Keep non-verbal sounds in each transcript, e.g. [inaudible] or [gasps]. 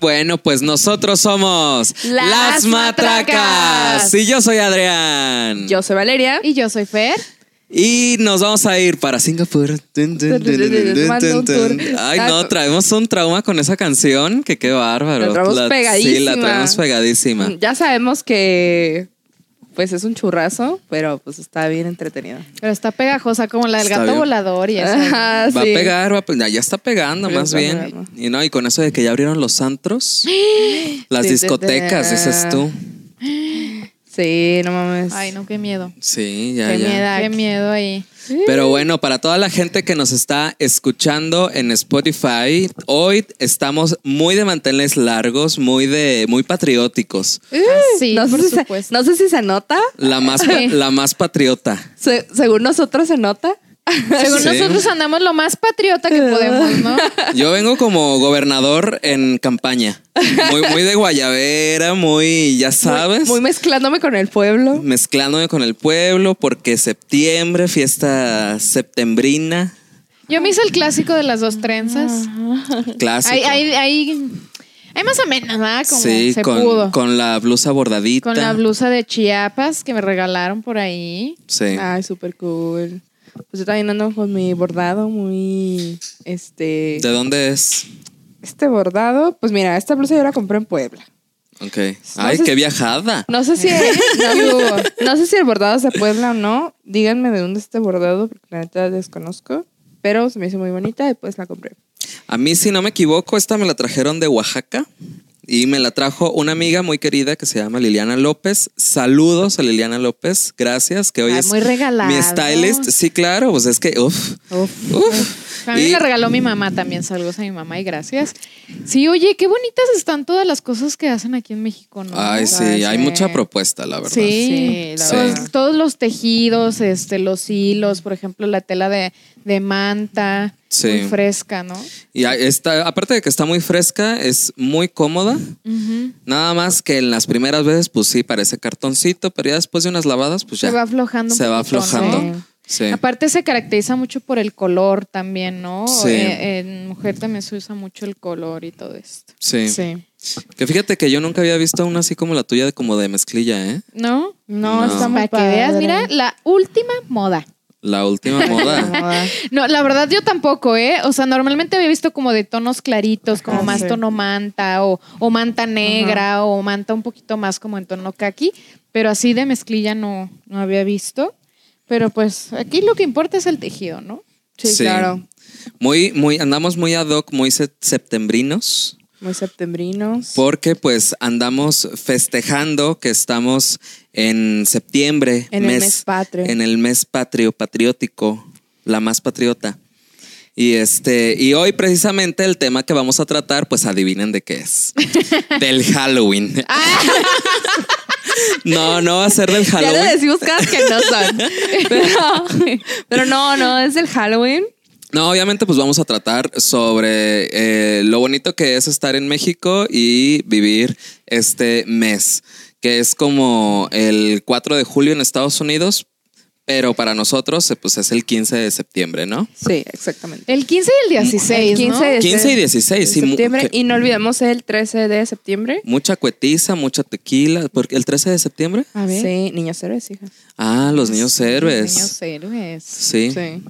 Bueno, pues nosotros somos Las Matracas. Y yo soy Adrián. Yo soy Valeria. Y yo soy Fer. Y nos vamos a ir para Singapur. Tun, tun, tun, tun, tun, Manda tun, un tour. tun. Ay, no, traemos un trauma con esa canción que qué bárbaro. La traemos Sí, la pegadísima. Mm, traemos pegadísima. Ya sabemos que pues es un churrazo, pero pues está bien entretenido. Pero está pegajosa como la del Está gato bien. volador y eso. Ajá, Va sí. a pegar, va a pe- ya está pegando Ya más está bien. pegando. Y no, y con eso de que ya abrieron los [gasps] antros, las Sí, discotecas, sí, sí. dices tú. Sí, no mames. Ay, no, qué miedo. Sí, ya, Qué ya. miedo. Qué miedo ahí. Pero bueno, para toda la gente que nos está escuchando en Spotify, hoy estamos muy de manteles largos, muy de muy patrióticos. Sí, Uh, no, por sé si se, supuesto. no sé si se nota. La más pa- la más patriota. Se- según nosotros se nota. Según Sí. nosotros andamos lo más [laughs] patriota que podemos, ¿no? Yo vengo como gobernador en campaña. Muy, muy de guayabera, muy, ya sabes. Muy mezclándome con el pueblo. mezclándome con el pueblo porque septiembre, fiesta septembrina, Yo me hice el clásico de las dos trenzas. Ah. clásico. Ahí, ahí, ahí, ahí más o menos, ¿verdad? Como sí, se con, pudo. Con, con la blusa bordadita. la blusa de Chiapas que me regalaron por ahí. Sí. Ah, Ay, súper cool. Pues yo también ando con mi bordado muy este ¿De dónde es? este bordado, pues mira, esta blusa yo la compré en Puebla. Ok. Ay, sé- qué viajada. No sé si [laughs] no, no sé si el bordado es de Puebla o no. Díganme de dónde es este bordado, porque la neta desconozco. Pero se me hizo muy bonita y pues la compré. A mí, si no me equivoco, esta me la trajeron de Oaxaca y me la trajo una amiga muy querida que se llama Liliana López. Saludos a Liliana López. Gracias, que hoy Ay, es muy regalado. mi stylist. Sí, claro, pues es que, uff. Uf. A mí Y- me regaló mi mamá también. Saludos a mi mamá y gracias. Sí, oye, qué bonitas están todas las cosas que hacen aquí en México, ¿no? Ay, sí, Ay, hay sí. mucha propuesta, la verdad. Sí, Sí, la sí. verdad. todos los tejidos, este, los hilos, por ejemplo, la tela de, de manta, Sí. muy fresca, ¿no? Y ahí está, aparte de que está muy fresca, es muy cómoda. Nada más que en las primeras veces, pues sí, parece cartoncito, pero ya después de unas lavadas, pues ya Se va aflojando. un se va poquito, ¿no? aflojando. Sí. Aparte se caracteriza mucho por el color también, ¿no? Sí. Eh, en mujer también se usa mucho el color y todo esto. sí. Que fíjate que yo nunca había visto una así como la tuya, de- como de mezclilla, ¿eh? ¿No? No, No. está muy Para que veas, padre. mira, la última moda. La [laughs] última moda. Moda. No, la verdad yo tampoco, ¿eh? O sea, normalmente había visto como de tonos claritos, como Ajá, más Ah, sí. tono manta o, o manta negra o manta un poquito más como en tono kaki, pero así de mezclilla no, no había visto. Pero pues aquí lo que importa es el tejido, ¿no? Sí, Sí. claro. Muy, muy, andamos muy ad hoc, muy se- septembrinos. Muy septembrinos. Porque pues andamos festejando que estamos en septiembre, En el mes patrio. en el mes patrio, patriótico, la más patriota. Y este, y hoy precisamente el tema que vamos a tratar, pues adivinen de qué [laughs] es. del Halloween. [laughs] no, no va a ser del Ah. Ya le Halloween. decimos cosas que [laughs] no son. Pero, pero no, no, es el Halloween. No, obviamente, pues vamos a tratar sobre eh, lo bonito que es estar en México y vivir este mes, que es como el 4 de julio en Estados Unidos, pero para nosotros, eh, pues es el 15 de septiembre, ¿no? Sí, exactamente. El 15 y el 16, El 15 ¿no? de 15 y 16, sí. mu- septiembre. que- Y no olvidemos el 13 de septiembre. Mucha cuetiza, mucha tequila, porque el 13 de septiembre. A ver. Sí, niños héroes, hija. Ah, los niños héroes. Niños héroes. Sí. Sí.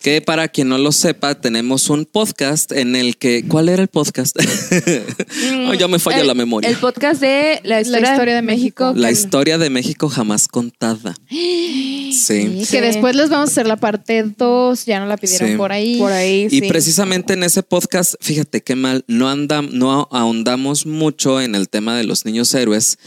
Que para quien no lo sepa, tenemos un podcast en el que. ¿Cuál era el podcast? [laughs] Oh, ya me falla El- la memoria. El podcast de la historia, historia de de México. México. La que- historia de México jamás contada. Sí. Y que después les vamos a hacer la parte 2, ya no la pidieron Sí. por ahí. Por ahí, Y sí. precisamente en ese podcast, fíjate qué mal, no, andam, no ahondamos mucho en el tema de los niños héroes.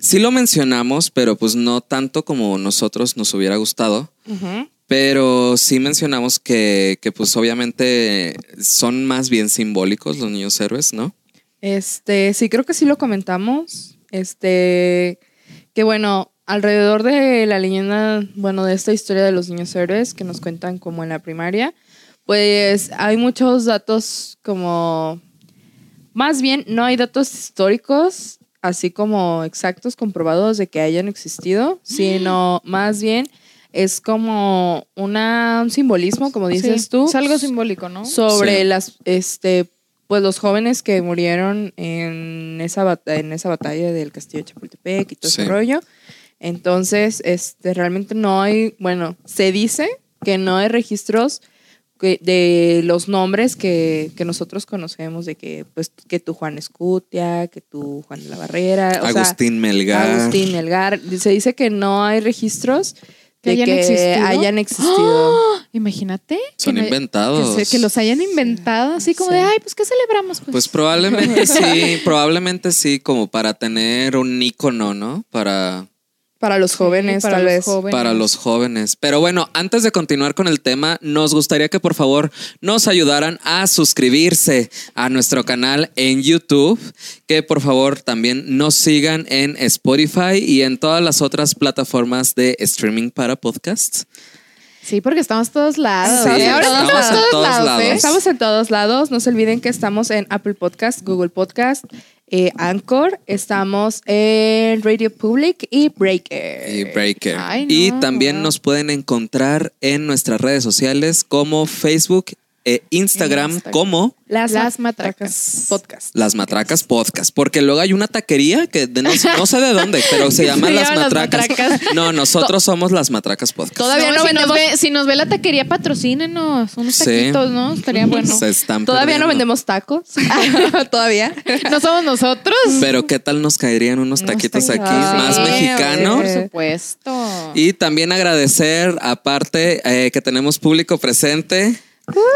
Sí lo mencionamos, pero pues no tanto como nosotros nos hubiera gustado. Ujú. Pero sí mencionamos que, que pues obviamente son más bien simbólicos los niños héroes, ¿no? Este, sí, creo que sí lo comentamos. Este, que bueno, alrededor de la leyenda, bueno, de esta historia de los niños héroes que nos cuentan como en la primaria, pues hay muchos datos como, más bien, no hay datos históricos, así como exactos, comprobados de que hayan existido, sino más bien es como una, un simbolismo, como dices Sí, tú. Es algo simbólico, ¿no? sobre Sí. las este pues los jóvenes que murieron en esa, bat- en esa batalla del castillo de Chapultepec y todo Sí. ese rollo. Entonces, este, realmente no hay, bueno, se dice que no hay registros que- de los nombres que, que nosotros conocemos, de que, pues, que tu Juan Escutia, que tu Juan de la Barrera, o sea, Agustín Melgar. Agustín Melgar. Se dice que no hay registros de Que hayan que existido. hayan [gasps] existido. ¡Ah! Imagínate. Son que no- inventados. Que, se- que los hayan inventado así como Sí. de, ay, pues ¿qué celebramos? Pues, Pues [laughs] probablemente sí, probablemente sí, como para tener un ícono, ¿no? Para, Para los jóvenes, Sí, para tal los vez. jóvenes. para los jóvenes. Pero bueno, antes de continuar con el tema, nos gustaría que por favor nos ayudaran a suscribirse a nuestro canal en YouTube, que por favor también nos sigan en Spotify y en todas las otras plataformas de streaming para podcasts. Sí, porque estamos todos lados. Sí, ¿eh? Ahora estamos estamos, en todos, todos lados. lados. ¿eh? Estamos en todos lados. No se olviden que estamos en Apple Podcast, Google Podcast, eh, Anchor. Estamos en Radio Public y Breaker. Y Breaker. Eh, Ay, Y no. también nos pueden encontrar en nuestras redes sociales como Facebook e Instagram, Instagram. como Las, Las Matracas. Matracas Podcast. Las Matracas Podcast. Porque luego hay una taquería que de no, no sé de dónde, [laughs] pero se llama Se Las llama Las Matracas. Matracas. No, nosotros somos Las Matracas Podcast. Todavía no si nos, vendemos- ve, si nos ve la taquería, patrocínenos unos Sí. taquitos, [laughs] ¿no? Estaría bueno. Se están Todavía no perdiendo. [laughs] vendemos tacos. [laughs] Todavía. No somos nosotros. Pero qué tal nos caerían unos taquitos aquí, taquitos. más Sí, mexicanos. hombre. Por supuesto. Y también agradecer, aparte, eh, que tenemos público presente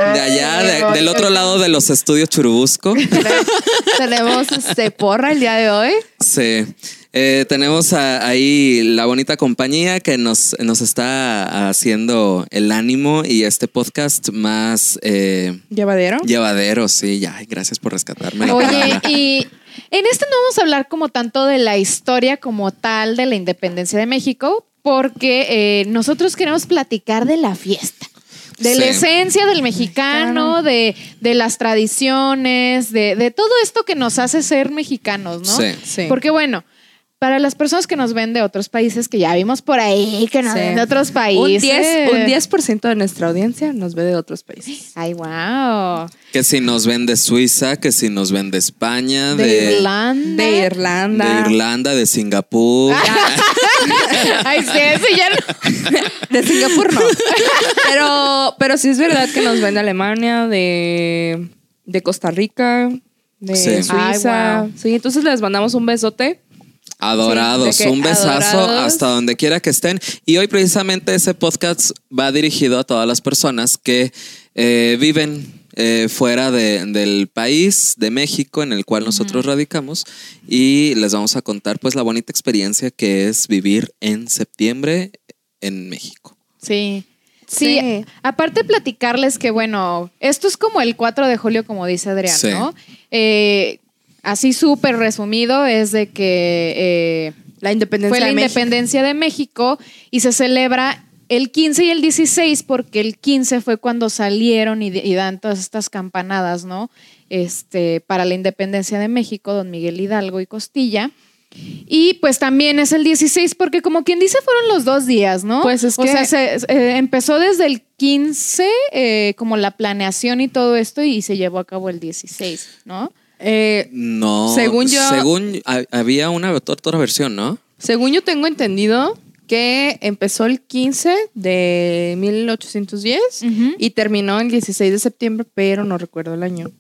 de allá, Ay, de- voy. del otro lado de los estudios Churubusco. Tenemos este porra el día de hoy. Sí. Eh, tenemos a- ahí la bonita compañía que nos, nos está haciendo el ánimo y este podcast más eh, Llevadero. llevadero. Sí, ya. ay, Gracias por rescatarme. Oye, Carla. y en este no vamos a hablar como tanto de la historia como tal de la independencia de México, porque eh, nosotros queremos platicar de la fiesta. De la Sí. esencia del mexicano, de, de las tradiciones, de, de todo esto que nos hace ser mexicanos, ¿no? Sí. Sí. Porque bueno, para las personas que nos ven de otros países, que ya vimos por ahí, que nos Sí. ven de otros un países. 10, un 10% de nuestra audiencia nos ve de otros países. Ay, wow. Que si nos ven de Suiza, que si nos ven de España, de, De, Irlanda. De Irlanda. de Irlanda, de Singapur. [laughs] Ay, sí, sí, ya no. De Singapur [laughs] no. Pero, pero sí es verdad que nos ven de Alemania, de, de Costa Rica, de Sí. Suiza. Ay, wow. Sí, entonces les mandamos un besote. Adorados, Sí, de que un besazo adorados. hasta donde quiera que estén. Y hoy precisamente ese podcast va dirigido a todas las personas que eh, viven eh, fuera de- del país, de México, en el cual nosotros radicamos. Y les vamos a contar pues la bonita experiencia que es vivir en septiembre en México. Sí. Sí, Sí. aparte platicarles que, bueno, esto es como el 4 de julio, como dice Adrián, Sí. ¿no? Eh, así súper resumido es de que eh, La independencia fue la de México. independencia de México y se celebra el 15 y el 16 porque el 15 fue cuando salieron y, y dan todas estas campanadas, ¿no? Este, para la independencia de México, don Miguel Hidalgo y Costilla. Y pues también es el 16 porque como quien dice fueron los dos días, ¿no? Pues es O que- sea, se- eh, empezó desde el 15 eh, como la planeación y todo esto y se llevó a cabo el 16, ¿no? Eh, No, Según yo- según- ha- había una otra versión, ¿no? según yo tengo entendido que empezó el 15 de 1810 Ujú. y terminó el 16 de septiembre, pero no recuerdo el año.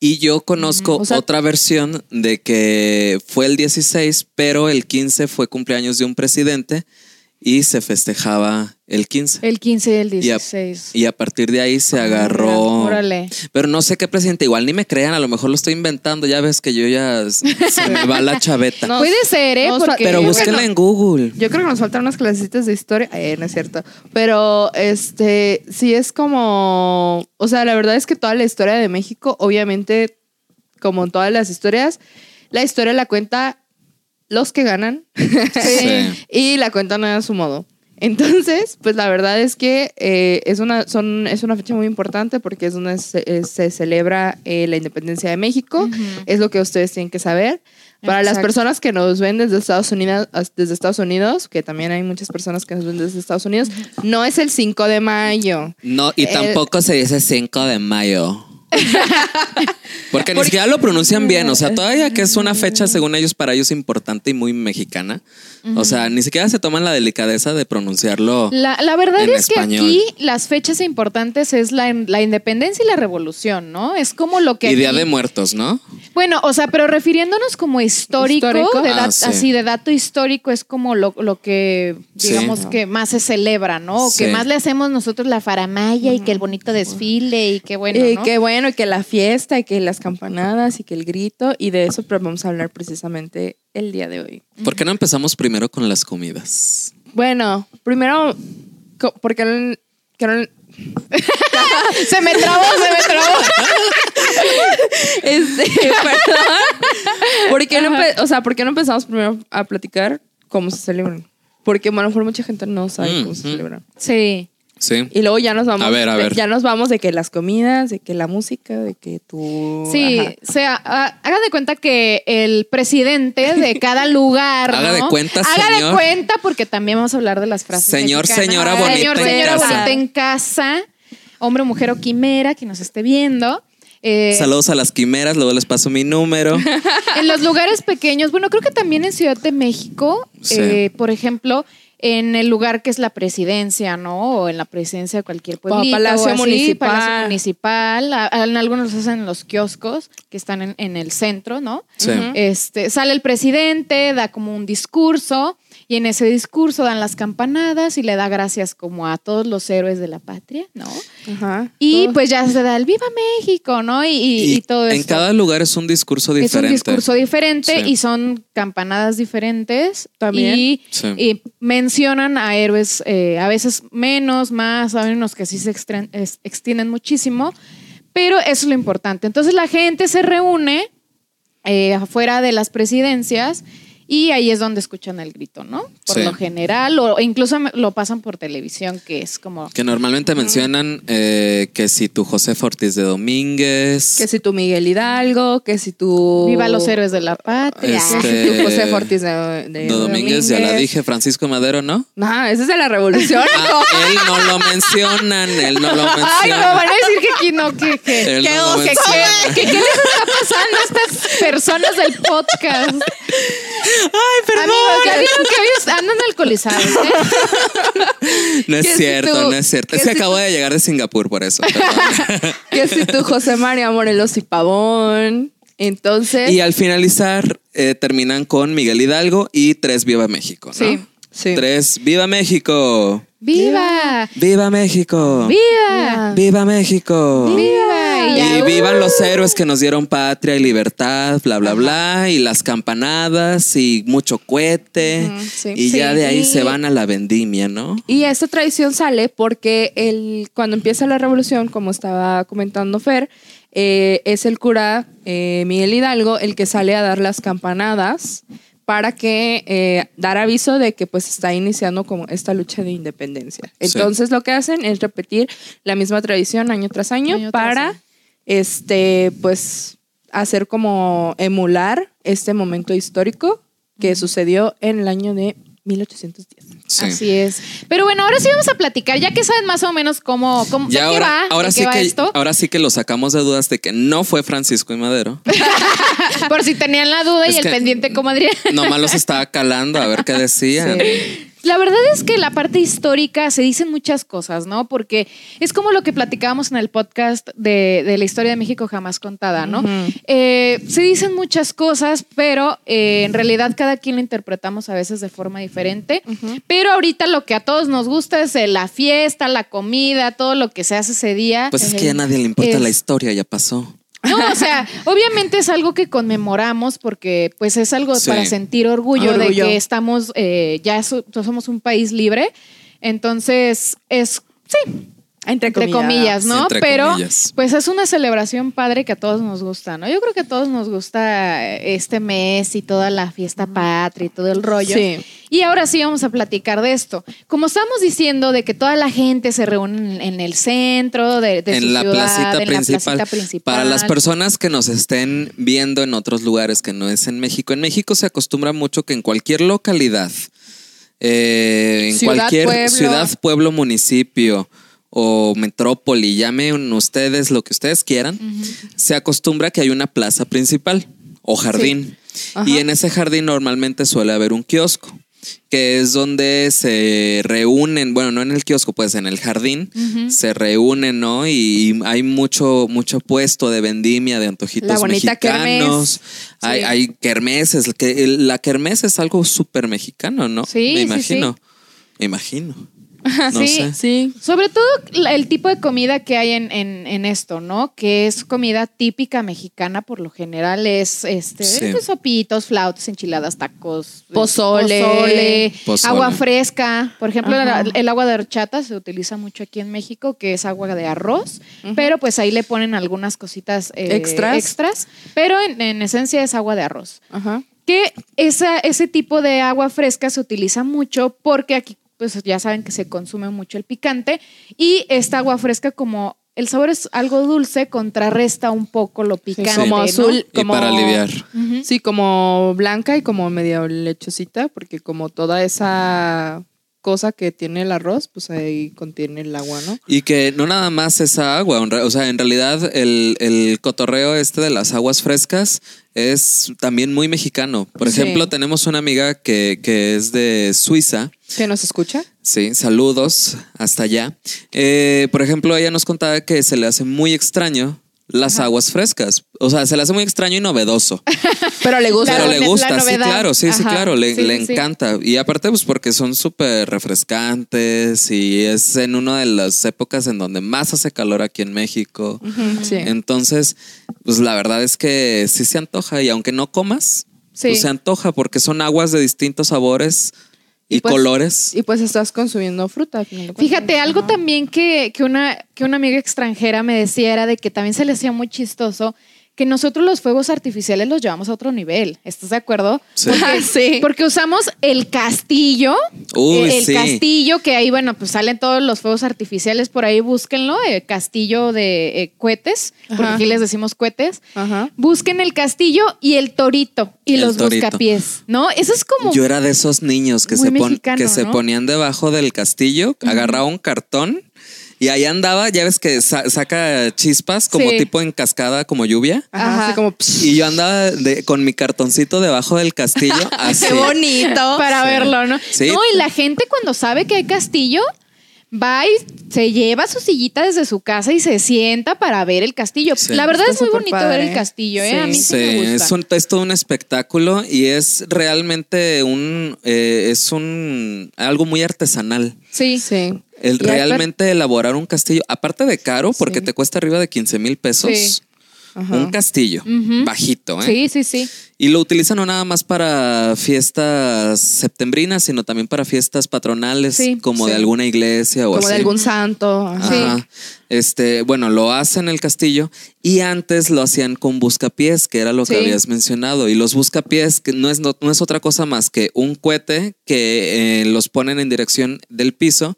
Y yo conozco Ujú, o sea- otra versión de que fue el 16, pero el 15 fue cumpleaños de un presidente y se festejaba el 15. El 15 y el Y a- 16. Y a partir de ahí Ah, se agarró. Órale. Pero no sé qué presidente, igual ni me crean, a lo mejor lo estoy inventando, ya ves que yo ya se me va la chaveta. [laughs] No, Puede ser, ¿eh? no, Porque, pero bueno. búsquenla en Google. Yo creo que nos faltan unas clasecitas de historia. Eh, no es cierto. Pero este sí es como. O sea, la verdad es que toda la historia de México, obviamente, como en todas las historias, la historia la cuenta los que ganan Sí. [laughs] y la cuentan a su modo. Entonces, pues la verdad es que eh, es, una, son, es una fecha muy importante porque es donde se, eh, se celebra eh, la independencia de México. Es lo que ustedes tienen que saber. Para las Exacto. personas que nos ven desde Estados Unidos, as- desde Estados Unidos, que también hay muchas personas que nos ven desde Estados Unidos, no es el 5 de mayo. No, y El- [laughs] tampoco se dice 5 de mayo. Porque ni siquiera lo pronuncian bien. O sea, todavía que es una fecha, según ellos, para ellos importante y muy mexicana. O sea, ni siquiera se toman la delicadeza de pronunciarlo. La, la verdad En es que español. aquí las fechas importantes es la, la independencia y la revolución, ¿no? Es como lo que... Y Día aquí- de Muertos, ¿no? Bueno, o sea, pero refiriéndonos como histórico, Histórico. de Ah, dat- sí. así de dato histórico, es como lo, lo que, Sí. digamos, que más se celebra, ¿no? O Sí. Que más le hacemos nosotros la faramaya y que el bonito desfile y que bueno, y ¿no? que Eh, bueno, y que la fiesta, y que las campanadas, y que el grito, y de eso pues, vamos a hablar precisamente el día de hoy. ¿Por qué no empezamos primero con las comidas? Bueno, primero, co- porque el- que no- [laughs] Se me trabó, se me trabó. este, [laughs] perdón, ¿por qué no, empe- o sea, ¿por qué no empezamos primero a platicar cómo se celebran? Porque bueno, a lo mejor mucha gente no sabe Mm, cómo se mm. celebran. Sí. Sí. Y luego ya nos vamos. A ver, a ver. Ya nos vamos de que las comidas, de que la música, de que tu. Sí, ajá. o sea, ha- haga de cuenta que el presidente de cada [laughs] lugar. Haga ¿no? de cuenta, Haga señor. de cuenta, porque también vamos a hablar de las frases. Señor, mexicanas. señora Ah, bonita Señor, en señora casa. bonita en casa. Hombre, mujer o quimera, que nos esté viendo. Eh, Saludos a las quimeras, luego les paso mi [laughs] número. en los lugares pequeños, bueno, creo que también en Ciudad de México, Sí. eh, por ejemplo, en el lugar que es la presidencia, ¿no? O en la presidencia de cualquier pueblito. o Palacio así, Municipal. Palacio Municipal. a- a- En algunos los hacen en los kioscos que están en, en el centro, ¿no? Sí. Este, sale el presidente, da como un discurso y en ese discurso dan las campanadas y le da gracias como a todos los héroes de la patria, ¿no? Ajá. Y Todo. pues ya se da el Viva México, ¿no? Y, y- y todo en esto. cada lugar es un discurso Es un diferente. discurso diferente Sí. y son campanadas diferentes También. Y, Sí. y mencionan a héroes eh, a veces menos, más, hay unos que sí se extren- es- extienden muchísimo, pero eso es lo importante. Entonces la gente se reúne eh, afuera de las presidencias y ahí es donde escuchan el grito, ¿no? Por Sí. lo general, o incluso me- lo pasan por televisión, que es como... Que normalmente mencionan eh, que si tu José Ortiz de Domínguez. Que si tu Miguel Hidalgo, que si tu. Viva los héroes de la patria. Que Este, si tu José Ortiz de, de de Domínguez, ya la dije, Francisco Madero, ¿no? No, ese es de la revolución. [laughs] Ah, él no lo mencionan, él no lo menciona. Ay, no, van a decir que aquí no, que... que- Él qué no lo oso, qué- menciona. ¿Qué, qué les está pasando a estas personas del podcast? Ay, perdón. Amigos, ya vieron que hoy andan alcoholizados. ¿eh? No que es si cierto, tú- no es cierto. que Es que si acabo de llegar de Singapur por eso. perdón. que si tu José María Morelos y Pavón. Entonces. y al finalizar eh, terminan con Miguel Hidalgo y tres Viva México. ¿no? Sí, sí. Tres Viva México. ¡Viva! Viva México. ¡Viva! Viva México. ¡Viva! Y ya, Y uh, vivan los héroes que nos dieron patria y libertad, bla, bla, bla, y las campanadas y mucho cohete. Ujú, sí. y Sí. ya de ahí Y- se van a la vendimia, ¿no? Y esta tradición sale porque el, cuando empieza la revolución, como estaba comentando Fer, eh, es el cura eh, Miguel Hidalgo el que sale a dar las campanadas para que eh, dar aviso de que pues está iniciando como esta lucha de independencia. Sí. Entonces lo que hacen es repetir la misma tradición año tras año, Año tras para año. este pues hacer como emular este momento histórico que sucedió en el año de 1810. Sí. Así es. Pero bueno, ahora sí vamos a platicar, ya que saben más o menos cómo, cómo Ya de qué ahora, va, ahora de qué sí va que esto. ahora sí que lo sacamos de dudas de que no fue Francisco y Madero. Por si tenían la duda Es y el que- pendiente como Adrián. Nomás los estaba calando a ver qué decían. La verdad es que la parte histórica se dicen muchas cosas, ¿no? Porque es como lo que platicábamos en el podcast de, de la historia de México jamás contada, ¿no? Eh, se dicen muchas cosas, pero eh, en realidad cada quien lo interpretamos a veces de forma diferente. Pero ahorita lo que a todos nos gusta es eh, la fiesta, la comida, todo lo que se hace ese día. Pues es que a nadie le importa Es- la historia, ya pasó. No, o sea, obviamente es algo que conmemoramos porque pues es algo Sí. Ah, para sentir orgullo, de Orgullo. que estamos, eh, ya so- somos un país libre. Entonces, es, sí, Entre entre comillas. comillas, ¿no? Entre Pero comillas. pues es una celebración padre que a todos nos gusta, ¿no? Yo creo que a todos nos gusta eh, este mes y toda la fiesta patria y todo el rollo. Sí. Y ahora sí vamos a platicar de esto. Como estamos diciendo de que toda la gente se reúne en, en el centro de, de su en la ciudad, placita en principal. la placita principal. Para las personas que nos estén viendo en otros lugares que no es en México, en México se acostumbra mucho que en cualquier localidad, eh, en Ciudad, Eh, cualquier pueblo. ciudad, pueblo, municipio o metrópoli, llamen ustedes lo que ustedes quieran, se acostumbra que hay una plaza principal o jardín. Ajá. Y en ese jardín normalmente suele haber un kiosco, que es donde se reúnen, bueno, no en el kiosco, pues en el jardín, se reúnen, ¿no? Y, y hay mucho, mucho puesto de vendimia, de antojitos La bonita mexicanos. Hay, Sí. hay kermeses, que el- la kermes es algo súper mexicano, ¿no? Sí, sí, Me sí. imagino. Me imagino. No [laughs] Sí. sé. Sí. Sobre todo la- el tipo de comida que hay en, en- en esto, ¿no? Que es comida típica mexicana, por lo general es este, Sí. pues, sopitos, flautas, enchiladas, tacos, eh, Pozole. pozole, Pozole. agua fresca. Por ejemplo, Ajá. la- el agua de horchata se utiliza mucho aquí en México, que es agua de arroz, pero pues ahí le ponen algunas cositas eh, Extras. extras, pero en- en esencia es agua de arroz Ajá. que esa, ese tipo de agua fresca se utiliza mucho porque aquí, pues ya saben que se consume mucho el picante y esta agua fresca como el sabor es algo dulce, contrarresta un poco lo picante. como ¿no? azul. Y Como- para aliviar. Ujú. Sí, como blanca y como medio lechosita, porque como toda esa cosa que tiene el arroz, pues ahí contiene el agua, ¿no? Y que no nada más esa agua, en re- o sea, en realidad el, el cotorreo este de las aguas frescas es también muy mexicano. Por Sí. ejemplo, tenemos una amiga que, que es de Suiza. ¿Que nos escucha? Sí, saludos hasta allá. Eh, por ejemplo, ella nos contaba que se le hace muy extraño las aguas frescas. O sea, se le hace muy extraño y novedoso. Pero le gusta. Pero La le nove- gusta, la sí, novedad. claro, sí, sí, Ajá. claro, le, Sí, le sí, sí. encanta. Y aparte, pues porque son súper refrescantes y es en una de las épocas en donde más hace calor aquí en México. Sí. Entonces, pues la verdad es que sí se antoja y aunque no comas, Sí. pues, se antoja porque son aguas de distintos sabores y, Y pues- colores. Y pues estás consumiendo fruta. al final de cuentas. Fíjate, algo también que, que una, que una amiga extranjera me decía era de que también se le hacía muy chistoso que nosotros los fuegos artificiales los llevamos a otro nivel. ¿Estás de acuerdo? Sí. Porque, Sí. porque usamos el castillo. Uy, Eh, el sí. castillo, que ahí, bueno, pues salen todos los fuegos artificiales por ahí, búsquenlo. El castillo de eh, cohetes, porque Ajá. aquí les decimos cohetes. Ajá. Busquen el castillo y el torito y El los torito. buscapiés, ¿no? Eso es como. [laughs] Yo era de esos niños que, Muy se, pon- mexicano, que se ¿no? ponían debajo del castillo, agarraba un cartón y ahí andaba, ya ves que sa- saca chispas como Sí. tipo en cascada, como lluvia. Ajá. Ajá. Así como. psh, Y yo andaba de- con mi cartoncito debajo del [laughs] castillo. así. bonito! para Sí. verlo, ¿no? Sí. No, y la gente cuando sabe que hay castillo, va y se lleva su sillita desde su casa y se sienta para ver el castillo. Sí. La verdad Está es muy súper bonito padre. ver el castillo, ¿eh? A mí sí, Sí, me gusta. es, un- es todo un espectáculo y es realmente un, eh, es un, algo muy artesanal. Sí. Sí. El Y hay per- realmente elaborar un castillo, aparte de caro, porque Sí. te cuesta arriba de 15 mil pesos. Sí. Ajá. Un castillo bajito, ¿eh? Sí, sí, sí. Y lo utilizan no nada más para fiestas septembrinas, sino también para fiestas patronales, Sí, como sí. de alguna iglesia o Como así. de algún santo. ajá. Sí. Ajá. Este, bueno, lo hacen el castillo y antes lo hacían con buscapiés, que era lo que Sí. habías mencionado. Y los buscapiés que no es, no, no es otra cosa más que un cohete que eh, los ponen en dirección del piso.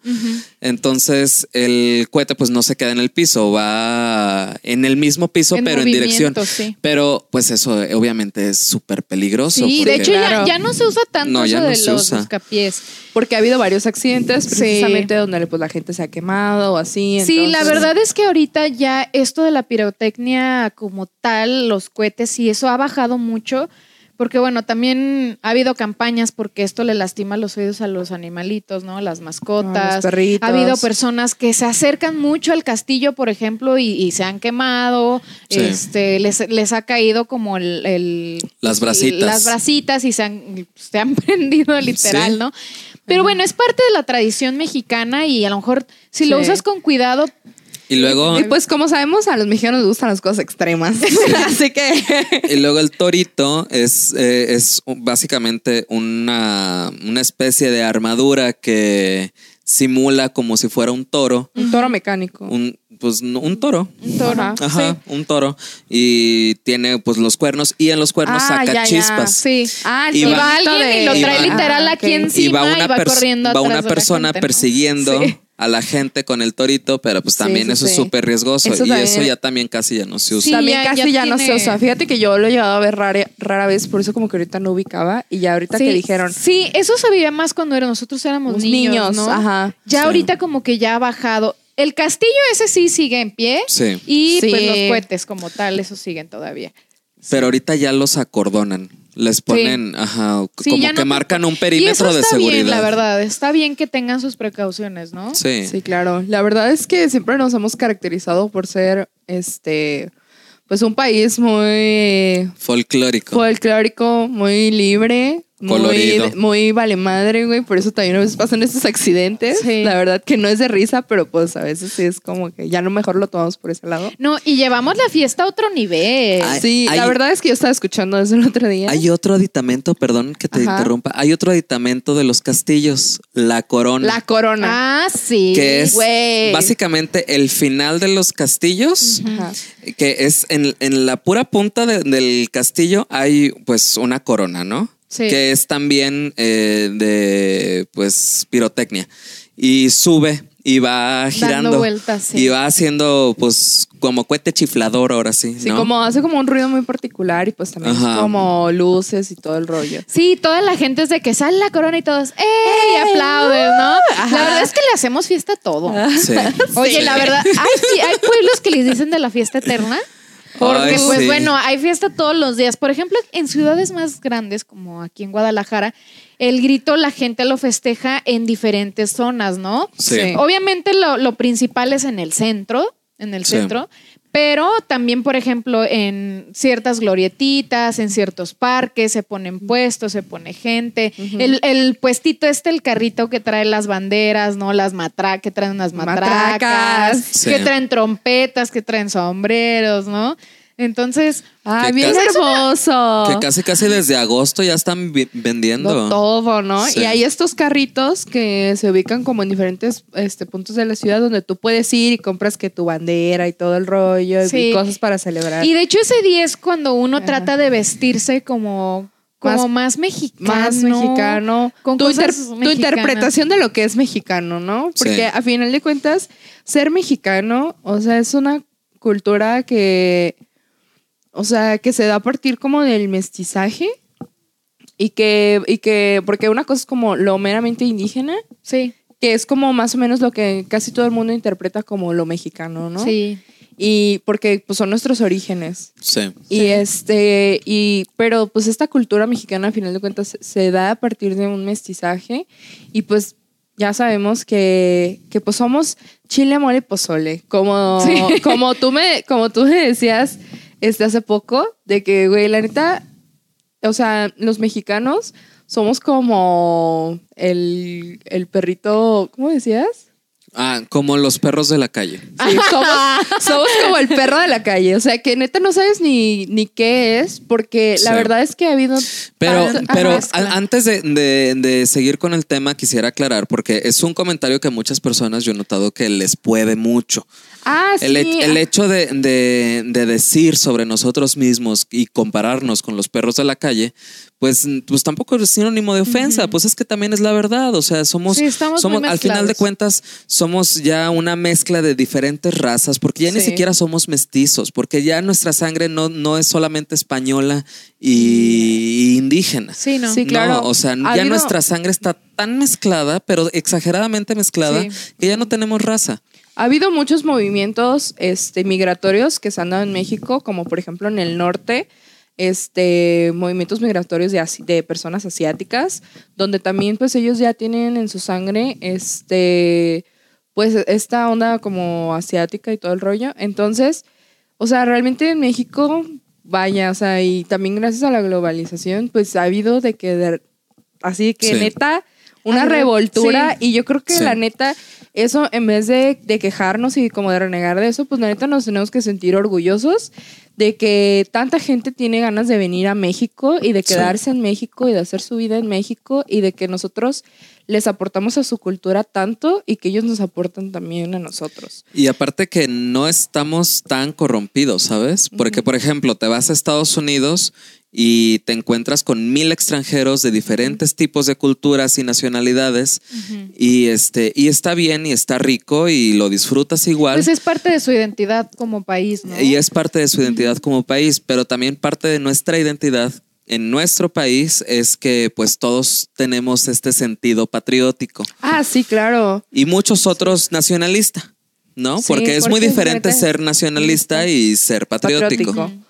Entonces el cohete pues no se queda en el piso, va en el mismo piso, En pero en movimiento, dirección. sí. Pero pues eso eh, obviamente es súper peligroso. Sí, porque- de hecho ya- Claro. ya, no se usa tanto No, ya eso no de se los usa. buscapiés. Porque ha habido varios accidentes Sí. precisamente donde pues, la gente se ha quemado o así. Sí, la entonces- verdad es que ahorita ya esto de la pirotecnia como tal, los cohetes y eso ha bajado mucho, porque bueno, también ha habido campañas porque esto le lastima los oídos a los animalitos, ¿no? Las mascotas. A los perritos. Ha habido personas que se acercan mucho al castillo, por ejemplo, y, y se han quemado, Sí. este, les, les ha caído como el, el- Las bracitas. Las bracitas y se han, se han [laughs] prendido literal, Sí. ¿no? Pero bueno, es parte de la tradición mexicana y a lo mejor si lo Sí. usas con cuidado, Y luego Y pues como sabemos, a los mexicanos les gustan las cosas [laughs] extremas. Así que... Y luego el torito es, eh, es un- básicamente una, una especie de armadura que simula como si fuera un toro. [laughs] Un toro mecánico. Un, pues no, un toro. un toro. Ajá. Ajá, Sí. un toro. Y tiene pues los cuernos y en los cuernos Ah, saca ya, ya. chispas. Sí. Ah, Y Y va- va alguien y lo y trae va- literal Ah, aquí ok. Y encima va una, pers- corriendo va atrás una de la persona gente, ¿no? persiguiendo Sí. a la gente con el torito, pero pues Sí, también sí, eso es sí. súper riesgoso. Eso y también- eso ya también casi ya no se usa. Sí, También ya- casi ya ya, no se tiene- usa. Fíjate que yo lo he llegado a ver rara, rara vez, por eso como que ahorita no ubicaba. Y ya ahorita que dijeron, Sí, eso se veía más cuando era- nosotros éramos Los niños, niños, ¿no? ajá. Ya Sí. ahorita como que ya ha bajado. El castillo ese sí sigue en pie. Sí. Y Sí. pues los cohetes como tal, esos siguen todavía. Pero ahorita ya los acordonan. Les ponen, ajá, Sí, como ya que no- marcan un y eso perímetro de está seguridad. bien, la verdad. Está bien que tengan sus precauciones, ¿no? Sí. Sí, claro. La verdad es que siempre nos hemos caracterizado por ser este pues un país muy Folclórico. folclórico, muy libre, muy, Colorido. muy vale madre, güey. Por eso también a veces pasan estos accidentes. Sí. La verdad que no es de risa, pero pues a veces sí es como que ya a lo mejor lo tomamos por ese lado. No, y llevamos la fiesta a otro nivel. Ay, sí, la hay- verdad es que yo estaba escuchando desde el otro día. Hay otro aditamento, perdón que te Ajá. interrumpa. Hay otro aditamento de los castillos, la corona. La corona. Ah, sí. que es güey. básicamente el final de los castillos, Ajá. que es en, en la pura punta de- del castillo hay pues una corona, ¿no? Sí. Que es también eh, de pues pirotecnia y sube y va girando vueltas, sí. y va haciendo pues como cohete chiflador ahora sí, Sí, ¿no? como hace como un ruido muy particular y pues también es Ajá. como luces y todo el rollo. Sí, toda la gente es de que sale la corona y todos, ¡eh! Y aplauden, ¿no? uh, La verdad es que le hacemos fiesta a todo. Sí. [laughs] Oye, la verdad, hay, [laughs] fi- hay pueblos que les dicen de la fiesta eterna. Porque, Ay, pues sí. bueno, hay fiesta todos los días. Por ejemplo, en ciudades más grandes, como aquí en Guadalajara, el grito la gente lo festeja en diferentes zonas, ¿no? Sí. Sí. Obviamente lo, lo principal es en el centro, en el Sí. centro, pero también, por ejemplo, en ciertas glorietitas, en ciertos parques, se ponen puestos, se pone gente. el, el puestito este, el carrito que trae las banderas, ¿no? Las matracas, que traen unas matracas, Matracas. Sí. que traen trompetas, que traen sombreros, ¿no? Entonces, Ay, Que bien ca- hermoso. Que casi casi desde agosto ya están vi- vendiendo. No, todo, ¿no? Sí. Y hay estos carritos que se ubican como en diferentes este, puntos de la ciudad donde tú puedes ir y compras que tu bandera y todo el rollo y- Sí. y cosas para celebrar. y de hecho ese día es cuando uno Ajá. trata de vestirse como, como más, mexicano. más mexicano. con tu, cosas inter- tu mexicanas. interpretación de lo que es mexicano, ¿no? Porque Sí. a final de cuentas, ser mexicano, o sea, es una cultura que, o sea, que se da a partir como del mestizaje y que, y que, porque una cosa es como lo meramente indígena, Sí, que es como más o menos lo que casi todo el mundo interpreta como lo mexicano, ¿no? sí. Y porque pues, son nuestros orígenes. Sí. Y este, y, pero pues esta cultura mexicana, a final de cuentas, se- se da a partir de un mestizaje. Y pues ya sabemos que, que pues somos chile, mole, pozole. Como, Sí. [laughs] como tú me, como tú me decías este, hace poco, de que, güey, la neta, o sea, los mexicanos somos como el, el perrito, ¿cómo decías? Ah, como los perros de la calle. [laughs] Sí, somos, somos como el perro de la calle. O sea, que neta no sabes ni, ni qué es, porque la Sí. verdad es que ha habido. Pero, tantas- pero Ajá, es a- antes de, de- de seguir con el tema, quisiera aclarar, porque es un comentario que a muchas personas yo he notado que les puede mucho. Ah, sí. El, he- el hecho de, de- de decir sobre nosotros mismos y compararnos con los perros de la calle, pues, pues tampoco es sinónimo de ofensa, pues es que también es la verdad, o sea, somos, Sí, estamos muy somos al final de mezclados. cuentas somos ya una mezcla de diferentes razas, porque ya ni Sí. siquiera somos mestizos, porque ya nuestra sangre no, no es solamente española y, y indígena. Sí, no. Sí, claro. No, o sea, Ha ya habido- nuestra sangre está tan mezclada, pero exageradamente mezclada, Sí. que ya no tenemos raza. Ha habido muchos movimientos este, migratorios que se han dado en México, como por ejemplo en el norte, este, movimientos migratorios de, asi- de personas asiáticas, donde también pues ellos ya tienen en su sangre este, pues esta onda como asiática y todo el rollo. Entonces, o sea, realmente en México, vaya, o sea, y también gracias a la globalización, pues ha habido de que, de- así que Sí. neta, una Algo- revoltura sí. y yo creo que Sí. la neta, eso en vez de, de quejarnos y como de renegar de eso, pues la neta nos tenemos que sentir orgullosos de que tanta gente tiene ganas de venir a México y de Sí. quedarse en México y de hacer su vida en México y de que nosotros les aportamos a su cultura tanto y que ellos nos aportan también a nosotros. Y aparte que no estamos tan corrompidos, ¿sabes? Porque, por ejemplo, te vas a Estados Unidos y te encuentras con mil extranjeros de diferentes tipos de culturas y nacionalidades y este y está bien y está rico y lo disfrutas igual. Pues es parte de su identidad como país, ¿no? Y es parte de su identidad como país, pero también parte de nuestra identidad en nuestro país es que pues todos tenemos este sentido patriótico Ah, sí, claro. y muchos otros nacionalista. ¿no? Sí, porque es muy porque es diferente diferente. ser nacionalista y ser patriótico. patriótico.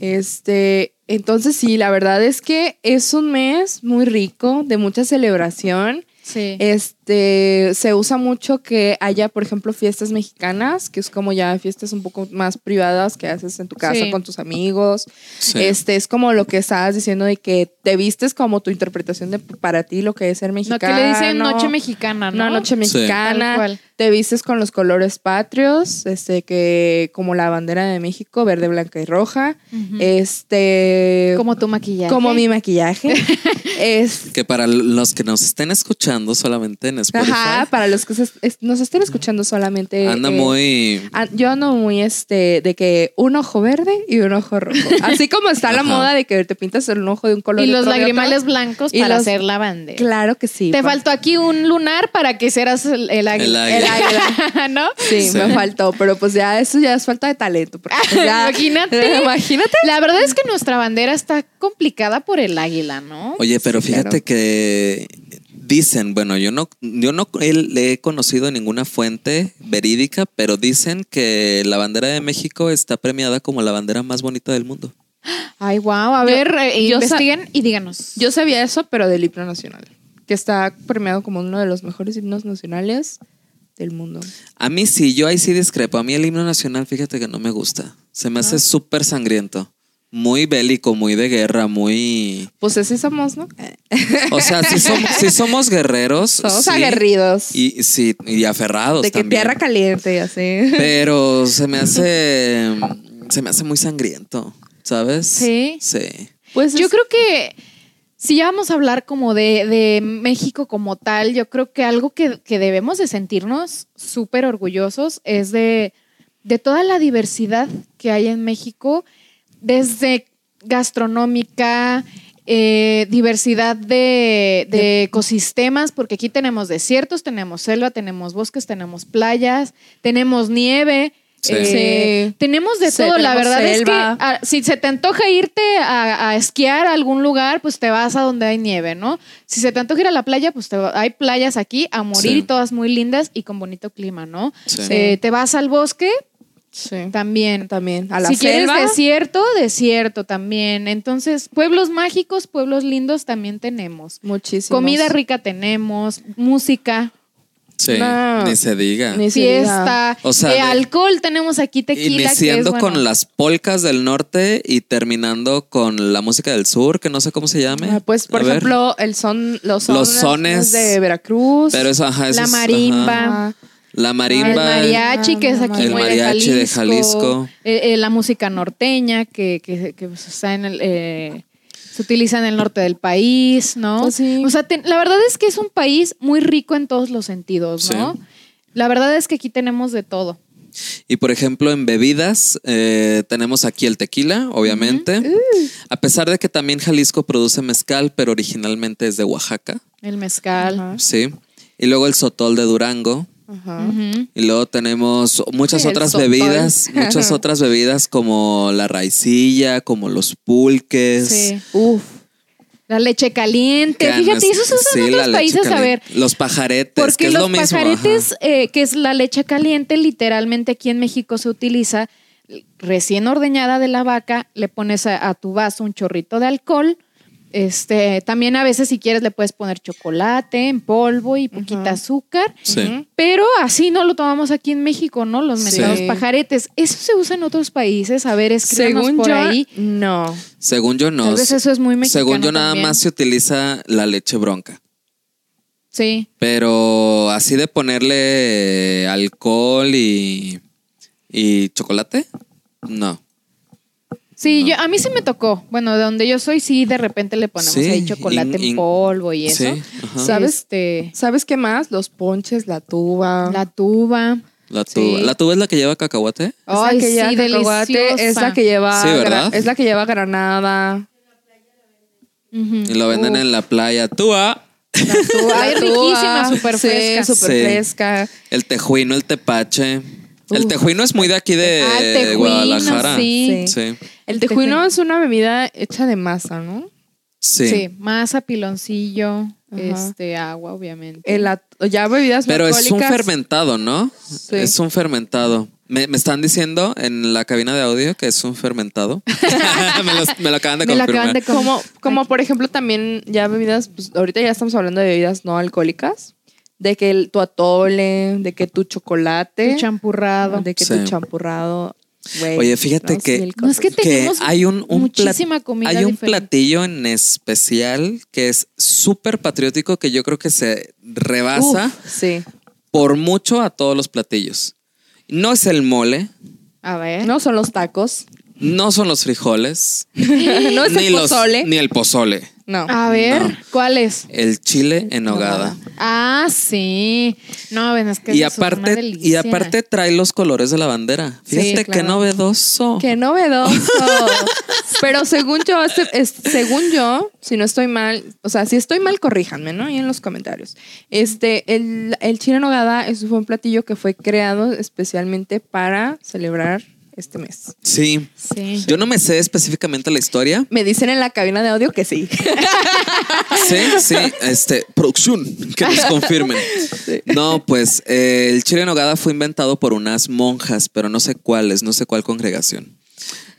Este, entonces sí, la verdad es que es un mes muy rico, de mucha celebración. Sí. Eh, Este, se usa mucho que haya, por ejemplo, fiestas mexicanas, que es como ya fiestas un poco más privadas que haces en tu casa Sí. con tus amigos. Sí. Este, es como lo que estabas diciendo de que te vistes como tu interpretación de para ti lo que es ser no, mexicano. que le dicen noche mexicana, ¿no? Una noche Tal mexicana. cual. Te vistes con los colores patrios, este, que como la bandera de México, verde, blanca y roja. Ujú. Este. Eh, como tu maquillaje. como mi [laughs] maquillaje. Este, es. Que para los que nos estén escuchando solamente en Spotify, Ajá, para los que se- es- nos estén escuchando solamente. anda eh, muy... a- Yo ando muy este de que un ojo verde y un ojo rojo. [laughs] Así como está la Ajá. moda de que te pintas el ojo de un color y y los otro de otro. lagrimales blancos Y para los- hacer la bandera. Claro que sí. Te pa- faltó aquí un lunar para que hicieras el, el águila. águila. El [laughs] águila. [laughs] ¿No? Sí, Sí. me faltó, pero pues ya eso ya es falta de talento. porque pues ya- [laughs] Imagínate. [laughs] Imagínate. La verdad es que nuestra bandera está complicada por el águila, ¿no? Oye, pero Sí, fíjate claro. que dicen, bueno, yo no, yo no he- le he conocido ninguna fuente verídica, pero dicen que la bandera de México está premiada como la bandera más bonita del mundo. Ay, wow. A Yo- ver, eh, yo sa- investiguen y díganos. Yo sabía eso, pero del himno nacional, que está premiado como uno de los mejores himnos nacionales del mundo. A mí sí, yo ahí sí discrepo. A mí el himno nacional, fíjate que no me gusta. Se me Ah. hace súper sangriento. Muy bélico, muy de guerra, muy... Pues así somos, ¿no? O sea, si [laughs] somos, si somos guerreros... Somos Eh, sí, aguerridos. Y, sí, y aferrados de que también. [laughs] tierra caliente y así. Pero se me hace. Se me hace muy sangriento, ¿sabes? Sí. Sí. Pues Yo es- creo que si ya vamos a hablar como de, de México como tal, yo creo que algo que, que debemos de sentirnos súper orgullosos es de, de toda la diversidad que hay en México, desde gastronómica, eh, diversidad de, de ecosistemas, porque aquí tenemos desiertos, tenemos selva, tenemos bosques, tenemos playas, tenemos nieve. Sí. eh, Sí. Tenemos de Sí, todo, tenemos la verdad es que selva. ah, si se te antoja irte a, a esquiar a algún lugar, pues te vas a donde hay nieve, ¿no? Si se te antoja ir a la playa, pues te va- hay playas aquí a morir Sí. y todas muy lindas y con bonito clima, ¿no? Sí. Eh, te vas al bosque Sí. también. También. A la si selva. quieres desierto, desierto también. Entonces, pueblos mágicos, pueblos lindos también tenemos. Muchísimo. Comida rica tenemos, música, Sí. No. Ni se diga. Ni se diga. fiesta, O sea, eh, de- alcohol tenemos aquí tequila. que es, Iniciando bueno, con las polcas del norte y terminando con la música del sur, que no sé cómo se llame. Ah, Pues, por A ver. ejemplo, el son, los sones, Los sones. de Veracruz. Ah, Pero eso, ajá, eso La es- ajá. marimba. Ajá. La marimba. El mariachi, que es El aquí muy mariachi de de Jalisco. Jalisco. Eh, eh, la música norteña, que, que- que, pues, está en el, eh, se utiliza en el norte del país, ¿no? Pues sí. O sea, te- la verdad es que es un país muy rico en todos los sentidos, ¿no? Sí. La verdad es que aquí tenemos de todo. Y por ejemplo, en bebidas eh, tenemos aquí el tequila, obviamente. Uh. A pesar de que también Jalisco produce mezcal, pero originalmente es de Oaxaca. El mezcal. Ajá. Sí. Y luego el sotol de Durango. Ajá. Ujú. Y luego tenemos muchas Sí, el otras sotol. [laughs] bebidas, muchas otras bebidas como la raicilla, como los pulques. Sí. Uf. La leche caliente. canas- Fíjate, eso son sí, en la otros leche países, a ver. caliente. Los pajaretes, que Porque es los lo mismo. ajá. pajaretes, eh, que es la leche caliente, literalmente aquí en México se utiliza recién ordeñada de la vaca, le pones a, a tu vaso un chorrito de alcohol. Este, también a veces si quieres le puedes poner chocolate en polvo y poquita Ajá. azúcar, Sí. Ujú. pero así no lo tomamos aquí en México, ¿no? Los Sí. mentados pajaretes. Eso se usa en otros países, a ver, escríbanos Según por yo, ahí. no. Según yo no. Tal vez eso es muy mexicano Según yo nada también. más se utiliza la leche bronca. Sí. Pero así de ponerle alcohol y, y chocolate, no. Sí, yo, a mí sí me tocó. Bueno, de donde yo soy, sí, de repente le ponemos Sí, ahí chocolate in- en in- polvo y eso. Sí, ajá. ¿Sabes? Este, ¿Sabes qué más? Los ponches, la tuba. la tuba. La tuba. Sí. ¿La tuba es la que lleva cacahuate? Es Ay, la que lleva sí, cacahuate, deliciosa. Es la que lleva, Sí, ¿verdad? gra- es la que lleva granada. Y lo venden en la playa. Tuba. La tuba, Ay, la riquísima, tuba. súper Sí, fresca. súper Sí. fresca. El tejuino, el tepache. El tejuino es muy de aquí de Ah, el tejuino, Guadalajara. sí. Sí. El tejuino es una bebida hecha de masa, ¿no? Sí. Sí, masa, piloncillo, Ajá. este, agua, obviamente. El at- ya bebidas Pero es un alcohólicas. fermentado, ¿no? Sí. Es un fermentado. Me, me están diciendo en la cabina de audio que es un [laughs] fermentado. [laughs] me, los- me lo acaban de Me la confirmar. acaban de com- Como, como Aquí. por ejemplo también ya bebidas, pues ahorita ya estamos hablando de bebidas no alcohólicas, de que el, tu atole, de que tu chocolate, Tu champurrado. de que Sí. tu champurrado. güey, Oye, fíjate ¿no? que- Mil No, es que cosas. que tenemos hay un, un plat- muchísima comida hay un diferente. platillo en especial que es súper patriótico que yo creo que se rebasa Sí. por mucho a todos los platillos. No es el mole, A ver. No son los tacos. no son los frijoles, [laughs] no es ni el los- pozole. ni el pozole, No. A ver, No. ¿cuál es? el chile en nogada. Ah, sí. No, ven, es que Y eso es una aparte, y delicia. aparte trae los colores de la bandera. Sí, Fíjate qué claro. novedoso. Qué [laughs] novedoso. Pero según yo, este- es- según yo, si no estoy mal, o sea, si estoy mal, corríjanme, ¿no? Y en los comentarios. Este, el, el chile en nogada es, fue un platillo que fue creado especialmente para celebrar este mes. Sí. Sí. Yo no me sé específicamente la historia. Me dicen en la cabina de audio que sí. [laughs] Sí, sí, este, producción, que nos confirmen. No, pues eh, el chile en nogada fue inventado por unas monjas, pero no sé cuáles, no sé cuál congregación.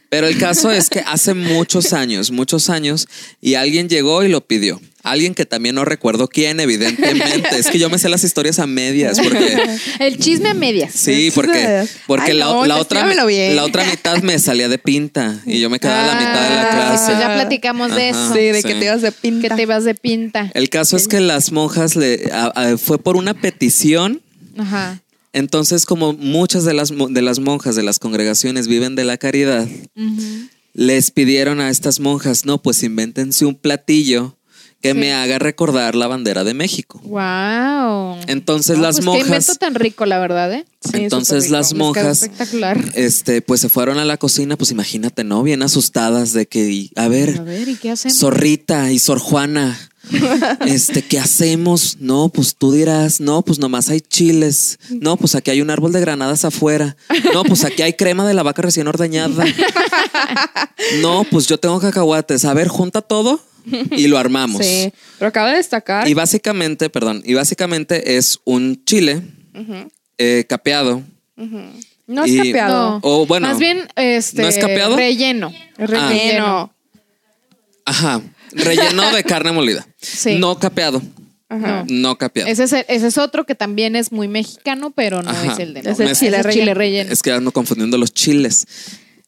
Pero el caso es que hace muchos años, muchos años, y alguien llegó y lo pidió. Alguien que también no recuerdo quién, evidentemente. Es que yo me sé las historias a medias, porque El chisme a medias. Sí, Entonces, porque, porque ay, la, no, la pues otra, investigámelo bien. la otra mitad me salía de pinta y yo me quedaba a la mitad de la Ah, clase. pues ya platicamos Ajá. de eso. Ah, Sí, de que te ibas de Que te ibas de pinta. El caso es que las monjas le a- a- fue por una petición. Ajá. Entonces, como muchas de las, mo- de las monjas de las congregaciones viven de la caridad, Ujú. les pidieron a estas monjas, no, pues invéntense un platillo que me haga recordar la bandera de México. Wow. Entonces No, las pues, Qué invento monjas, tan rico, la verdad, ¿eh? entonces las Les quedó monjas Espectacular. este, pues se fueron a la cocina, pues imagínate, ¿no? Bien asustadas de que, y, a A ver, ver, ¿y qué hacemos? Zorrita y Sor Juana, este, ¿qué hacemos? No, pues tú dirás, no, pues nomás hay chiles, no, pues aquí hay un árbol de granadas afuera, no, pues aquí hay crema de la vaca recién ordeñada, no, pues yo tengo cacahuates, a ver, junta todo y lo armamos. Sí. Pero acaba de destacar. Y básicamente, perdón, y básicamente es un chile eh, capeado. no es y- capeado. No. O bueno, Más bien, este. ¿no es capeado? Relleno. Ah. Es Relleno. Ajá. Relleno de carne molida. Sí. No capeado. Ajá. No capeado. Ese es, el- ese es otro que también es muy mexicano, pero no Ajá. es el de Es el Nogada. chile relleno. relleno. Es que ando confundiendo los chiles.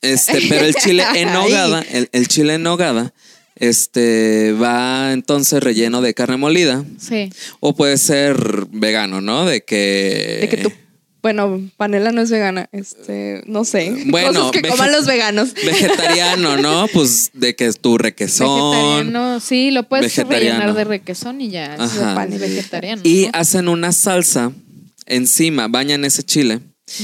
Este, pero el chile [laughs] en nogada, el, el chile en nogada, este, va entonces relleno de carne molida. Sí. O puede ser vegano, ¿no? De que. De que tú. Bueno, panela no es vegana. Este, no sé. Bueno, cosas que vege- coman [laughs] los veganos. Vegetariano, [laughs] ¿no? Pues de que tu requesón. Vegetariano. Sí, lo puedes vegetariano. rellenar de requesón y ya. Es Ajá. pan vegetariano. Y ¿no? hacen una salsa encima, bañan ese chile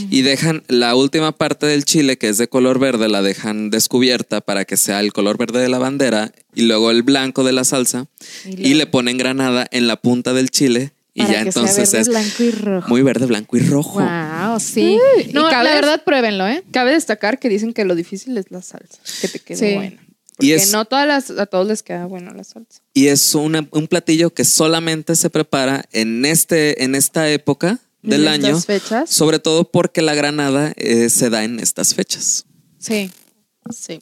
y dejan la última parte del chile que es de color verde, la dejan descubierta para que sea el color verde de la bandera y luego el blanco de la salsa Y y, luego- le ponen granada en la punta del chile y Para ya que sea entonces verde, es blanco y rojo. muy verde, blanco y rojo. Wow, sí. Sí, y No, la cabe- verdad, pruébenlo, ¿eh? Cabe destacar que dicen que lo difícil es la salsa, que te quede Sí. buena. Porque Y es, no todas las, a todos les queda buena la salsa. y es una- un platillo que solamente se prepara en, este, en esta época del En año, estas fechas. sobre todo porque la granada eh, se da en estas fechas. Sí. Sí.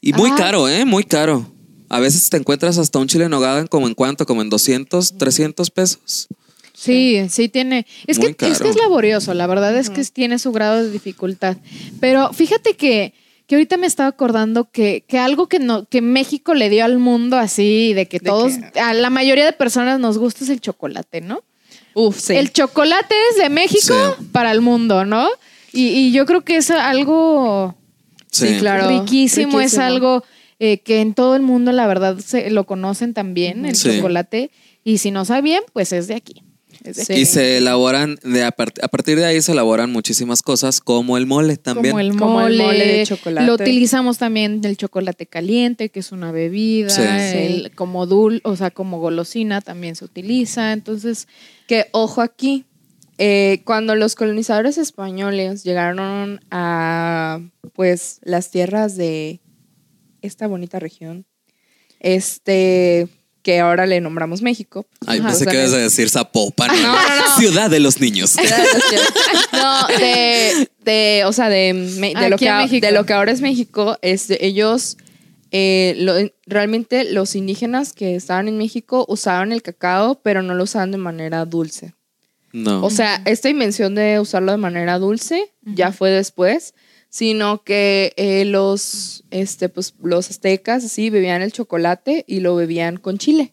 Y muy Ah. caro, ¿eh? Muy caro. A veces te encuentras hasta un chile en nogada en como en cuánto, como en 200, 300 pesos. Sí, sí tiene. Es que, Muy caro. es que es laborioso, la verdad es que tiene su grado de dificultad. Pero fíjate que, que ahorita me estaba acordando que, que algo que, no, que México le dio al mundo así, de que ¿De todos, qué? a la mayoría de personas nos gusta es el chocolate, ¿no? Uf, sí. El chocolate es de México Sí. para el mundo, ¿no? Y, y yo creo que es algo Sí, claro. riquísimo, es riquísimo. algo eh, que en todo el mundo, la verdad, se, lo conocen también, el Sí. chocolate. Y si no sabían, pues es de aquí. Es de Sí. Y se elaboran, de a, part- a partir de ahí se elaboran muchísimas cosas como el mole también. Como el mole, Como el mole de chocolate. Lo utilizamos también del chocolate caliente, que es una bebida, Sí. el- Sí. como dul, o sea, como golosina también se utiliza. Entonces, Que ojo aquí, eh, cuando los colonizadores españoles llegaron a pues las tierras de esta bonita región este, que ahora le nombramos México. Ay, Ajá, pensé o sea, que ibas a decir Zapopan. No, no, Eh, no. Ciudad de los niños. No, de, de, o sea, de, me- de lo Aquí que, en a- México. de lo que ahora es México, este, ellos, eh, lo- realmente los indígenas que estaban en México usaban el cacao, pero no lo usaban de manera dulce. No. O Mm. sea, esta invención de usarlo de manera dulce ya fue después, sino que eh, los, este, pues, los aztecas así bebían el chocolate y lo bebían con chile.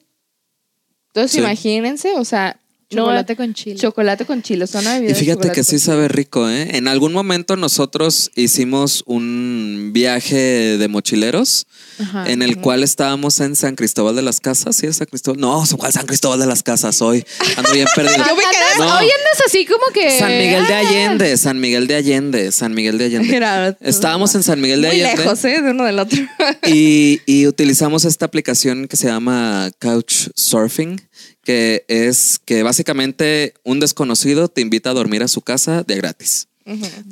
Entonces, Sí. imagínense, o sea, no- Chocolate con chile. Chocolate con chile, o sea, una bebida Y de fíjate chocolate que con sí chile. sabe rico, ¿eh? En algún momento nosotros hicimos un viaje de mochileros Ajá. en el cual estábamos en San Cristóbal de las Casas. ¿Sí es San Cristóbal? No, ¿cuál San Cristóbal de las Casas? Hoy ando [laughs] bien perdido. Ah, Yo me quedé- No. Hoy andas Pues así como que. San Miguel de ah, Allende, San Miguel de Allende, San Miguel de [laughs] Allende. Era- [laughs] Estábamos en San Miguel de muy Allende. lejos, ¿eh? De uno del otro. [laughs] Y, y utilizamos esta aplicación que se llama Couchsurfing, que es que básicamente un desconocido te invita a dormir a su casa de gratis,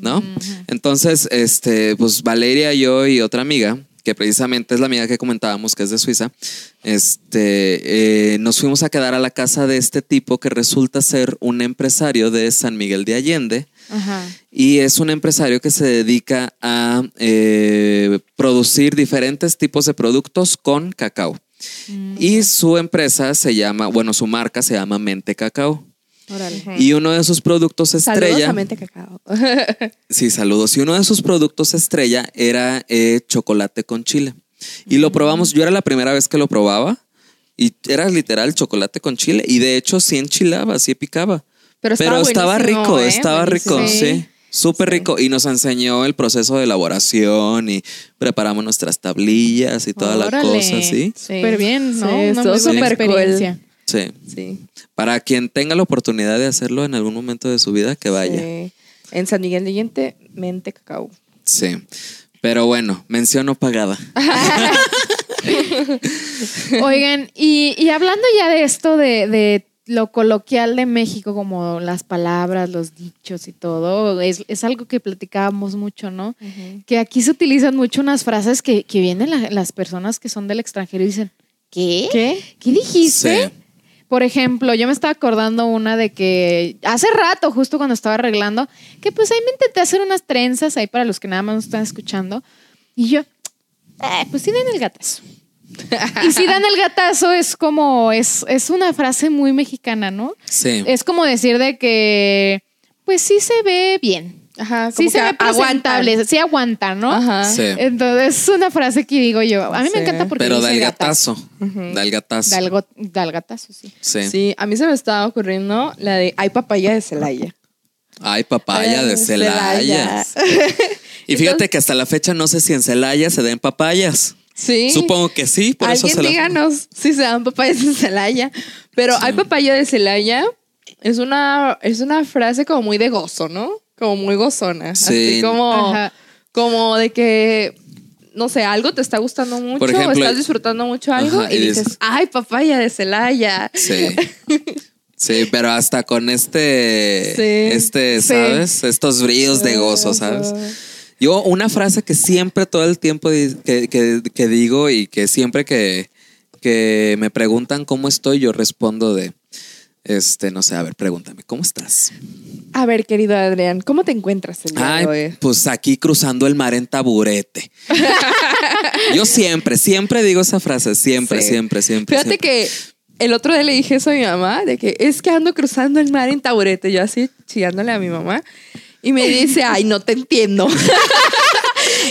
¿no? Entonces, este, pues Valeria, yo y otra amiga, que precisamente es la amiga que comentábamos, que es de Suiza, este, eh, nos fuimos a quedar a la casa de este tipo que resulta ser un empresario de San Miguel de Allende Ajá. y es un empresario que se dedica a eh, producir diferentes tipos de productos con cacao. Mm. Y su empresa se llama, bueno, su marca se llama Mente Cacao. Órale. Y uno de sus productos estrella. Saludos a Mente Cacao. Sí, saludos. Y uno de sus productos estrella era eh, chocolate con chile. Y Mm. lo probamos, yo era la primera vez que lo probaba y era literal chocolate con chile. Y de hecho sí enchilaba, sí picaba. Pero Pero estaba estaba, buenísimo, rico, ¿eh? estaba Buenísimo. rico, sí. Sí. Súper rico. Y nos enseñó el proceso de elaboración y preparamos nuestras tablillas y toda la Órale. cosa, ¿sí? Súper bien, ¿no? Sí, Una estuvo muy buena súper cool. experiencia. Sí. Sí. Para quien tenga la oportunidad de hacerlo en algún momento de su vida, que vaya. Sí. En San Miguel de Allende, Mente Cacao. Sí. Pero bueno, mención no pagada. Oigan, y, y hablando ya de esto de, de lo coloquial de México, como las palabras, los dichos y todo, es, es algo que platicábamos mucho, ¿no? Que aquí se utilizan mucho unas frases que, que vienen la- las personas que son del extranjero y dicen, ¿qué? ¿Qué, ¿Qué? dijiste? Sí. Por ejemplo, yo me estaba acordando una de que hace rato, justo cuando estaba arreglando, que pues ahí me intenté hacer unas trenzas ahí para los que nada más nos están escuchando. Y yo, "Eh, pues sí den el gatazo. y si dan el gatazo es como, es, es una frase muy mexicana, ¿no? Sí. Es como decir de que, pues sí se ve bien. Ajá, Sí se ve presentable, sí aguanta, ¿no? Ajá. Sí. Entonces es una frase que digo yo, a mí Sí. me encanta porque Pero dice da el gatazo. gatazo. Da el gatazo. Da el go- da el gatazo, sí. Sí. Sí, a mí se me estaba ocurriendo la de Hay papaya de Celaya. Ay, papaya Ay, de Celaya. Y fíjate que hasta la fecha no sé si en Celaya se den papayas. Sí. Supongo que sí, por eso Alguien se la- [laughs] díganos si se dan papayas de Celaya. Pero hay papaya de Celaya. Es una, es una frase como muy de gozo, ¿no? Como muy gozona. Sí. Así como, Ajá. como de que, no sé, algo te está gustando mucho Por ejemplo, o estás y- disfrutando mucho algo Ajá, y, y dices- dices, ay, papaya de Celaya. [laughs] Sí. Sí, pero hasta con este, Sí. este, Sí. ¿sabes? Estos brillos de gozo, ¿sabes? Yo una frase que siempre, todo el tiempo di- que, que- que digo y que siempre que, que me preguntan cómo estoy, yo respondo de, este, no sé, a ver, pregúntame, ¿cómo estás? A ver, querido Adrián, ¿cómo te encuentras el día de Ay, hoy? pues aquí cruzando el mar en [laughs] taburete. Yo siempre, siempre digo esa frase, siempre, Sí. siempre, siempre. Fíjate siempre. que el otro día le dije eso a mi mamá, de que es que ando cruzando el mar en taburete, yo así chillándole a mi mamá, y me dice, ay, no te entiendo. [laughs]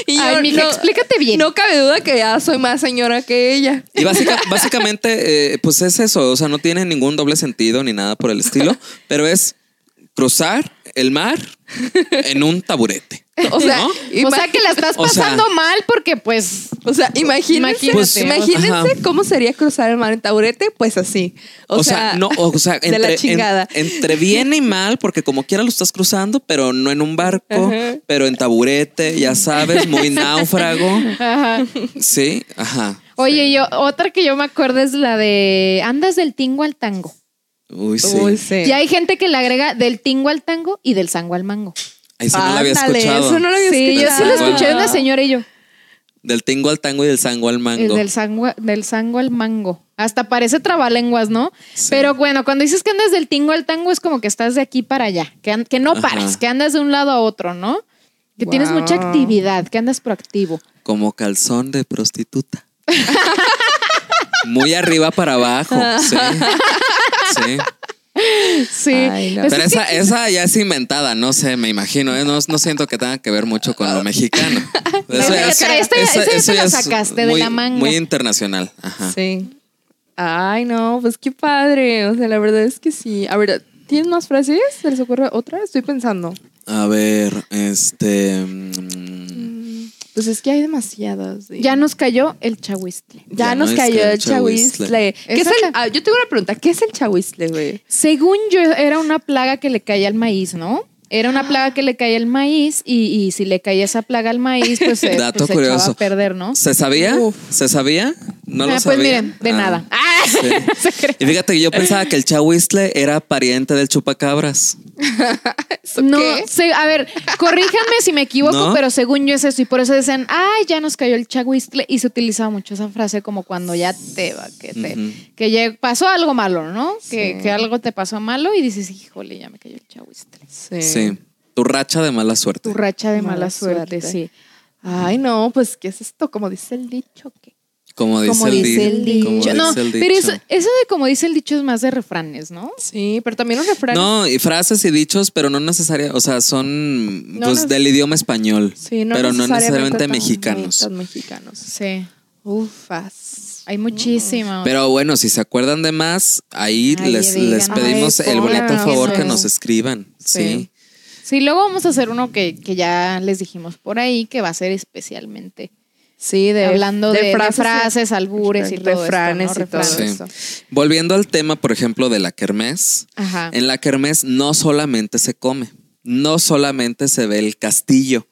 y Ay, mija, explícate bien. No cabe duda que ya soy más señora que ella. Y básica- básicamente, eh, pues es eso, o sea, no tiene ningún doble sentido ni nada por el estilo, pero es cruzar el mar en un taburete. O sea, ¿No? O sea que la estás [laughs] O sea- pasando mal porque pues O sea, imagínense, Pues, imagínense ajá. cómo sería cruzar el mar en taburete, pues así. O, sea, no, o sea, de la en- chingada. entre bien y mal, porque como quiera lo estás cruzando, pero no en un barco, Ajá. pero en taburete, ya sabes, muy náufrago. ajá. Sí, ajá. Oye, yo otra que yo me acuerdo es la de andas del tingo al tango. Uy, sí. Uy, sí. Y hay gente que le agrega del tingo al tango y del sango al mango. Ahí sí no la había Ándale, escuchado. eso no lo había Sí, yo sí escuchado. lo escuché de una señora y yo. Del tingo al tango y del sango al mango. El del sango, del sango al mango. Hasta parece trabalenguas, ¿no? Sí. Pero bueno, cuando dices que andas del tingo al tango es como que estás de aquí para allá, que, an- que no Ajá. pares, que andas de un lado a otro, ¿no? Que tienes Guau. mucha actividad, que andas proactivo. Como calzón de prostituta. Muy arriba para abajo. Sí. Sí. Sí. Ay, no. Pues Pero es que- esa, esa ya es inventada, no sé, me imagino. ¿eh? No, no siento que tenga que ver mucho con lo [laughs] mexicano. Pero esa- esta- eso- esa ya eso te la ya es sacaste de muy- la manga. Muy internacional. Ajá. Sí. Ay, no, pues qué padre. O sea, la verdad es que sí. A ver, ¿tienen más frases? ¿Se les ocurre otra? Estoy pensando. A ver, este. mm, Pues es que hay demasiadas. de- Ya nos cayó el chahuistle. Ya Ya nos no es cayó que el el chahuistle. chahuistle. ¿Qué es Exacto. el, ah, yo tengo una pregunta. ¿Qué es el chahuistle, güey? Según yo, era una plaga que le caía al maíz, ¿no? Era una plaga que le caía al maíz y, y si le caía esa plaga al maíz, [laughs] pues se, Dato pues, se curioso. echaba a perder, ¿no? ¿Se sabía? Uf. ¿Se sabía? No Ah, lo pues sabía. miren, de Ah, nada. Ah, [laughs] sí. se cree. Y fíjate que yo pensaba que el chahuistle era pariente del chupacabras. No, qué? se- a ver, corríjanme si me [laughs] equivoco, ¿No? pero según yo es eso. Y por eso decían, ay, ya nos cayó el chahuistle. Y se utilizaba mucho esa frase como cuando ya te va, que te, que ya pasó algo malo, ¿no? Que, que algo te pasó malo y dices, híjole, ya me cayó el chahuistle. Sí. Sí. Tu racha de mala suerte. Tu racha de mala, Mala suerte, suerte. sí. Ay, no, pues, ¿qué es esto? Como dice el dicho, ¿qué? Como dice, como el, di- dice el dicho. como dice no, el pero eso, dicho. eso de como dice el dicho es más de refranes, ¿no? Sí, pero también los refranes. No, y frases y dichos, pero no necesariamente, o sea, son No pues, neces- del idioma español, Sí, no pero no necesariamente necesariamente tan- mexicanos. tan mexicanos. Sí. Ufas. Hay muchísimas. Pero bueno, si se acuerdan de más, ahí Ay, les, digan, les ay, pedimos el bonito pónganos favor que eso. nos escriban. Sí. Sí. sí, luego vamos a hacer uno que, que ya les dijimos por ahí, que va a ser especialmente Sí, de hablando de, de frases, albures y todo refranes esto, ¿no? y todo Refranes. eso. Volviendo al tema, por ejemplo, de la kermés. Ajá. En la kermés no solamente se come, no solamente se ve el castillo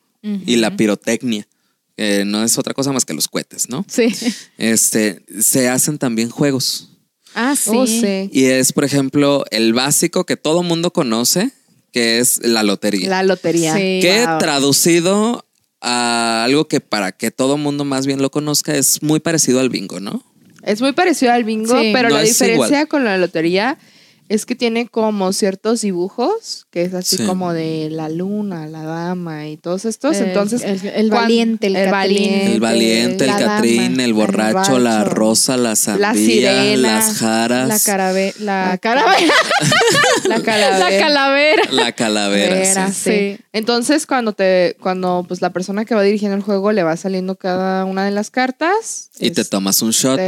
y la pirotecnia, que no es otra cosa más que los cohetes, ¿no? Sí. [laughs] Este, se hacen también juegos. Ah, sí. Oh, sí. Y es, por ejemplo, el básico que todo mundo conoce, que es la lotería. La lotería. Sí. que wow. traducido a algo que para que todo mundo más bien lo conozca es muy parecido al bingo, ¿no? Es muy parecido al bingo, Sí. pero No la es diferencia igual. con la lotería es que tiene como ciertos dibujos, que es así Sí. como de la luna, la dama y todos estos. El- Entonces, el- el cuan- valiente, el Catrín. El El- valiente, el la catrín, dama, el borracho, el la borracho, rosa, la sandía, sirena, las jaras, La la, carabe, [laughs] la La calavera. la calavera. La calavera. [laughs] calavera. Era, sí. sí. sí. Entonces, cuando te, cuando pues la persona que va dirigiendo el juego le va saliendo cada una de las cartas. este, Y Este, te tomas un shot.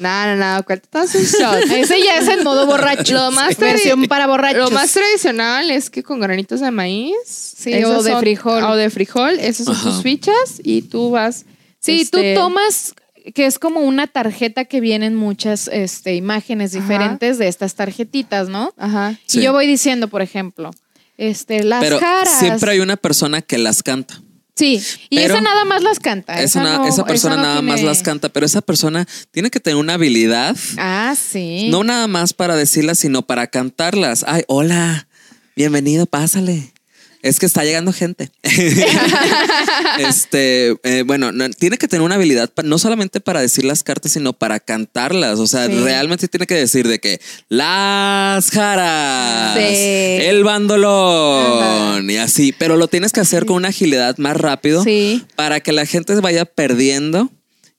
Nada, nada, ¿cuál te tomas un [laughs] shot? Ese ya es el modo borracho. Lo más versión tradi- para Lo borrachos. más tradicional es que con granitos de maíz. Sí, esos o de son- frijol. O de frijol, esas son Ajá. tus fichas y tú vas. Sí, este, tú tomas que es como una tarjeta que vienen muchas este, imágenes Ajá. diferentes de estas tarjetitas, ¿no? Ajá. Sí. Y yo voy diciendo, por ejemplo, este, las Pero caras. siempre hay una persona que las canta. Sí, y Pero- esa nada más las canta. esa, na- Ah, no- esa persona no nada más tiene- las canta, pero esa persona tiene que tener una habilidad, Ah, sí. no nada más para decirlas, sino para cantarlas. Ay, hola, bienvenido, pásale. Es que está llegando gente. [laughs] este, eh, bueno, no- tiene que tener una habilidad pa- no solamente para decir las cartas, sino para cantarlas. O sea, Sí. realmente tiene que decir de que las jaras, Sí. el bandolón y así. Pero lo tienes que hacer con una agilidad más rápido Sí. para que la gente se vaya perdiendo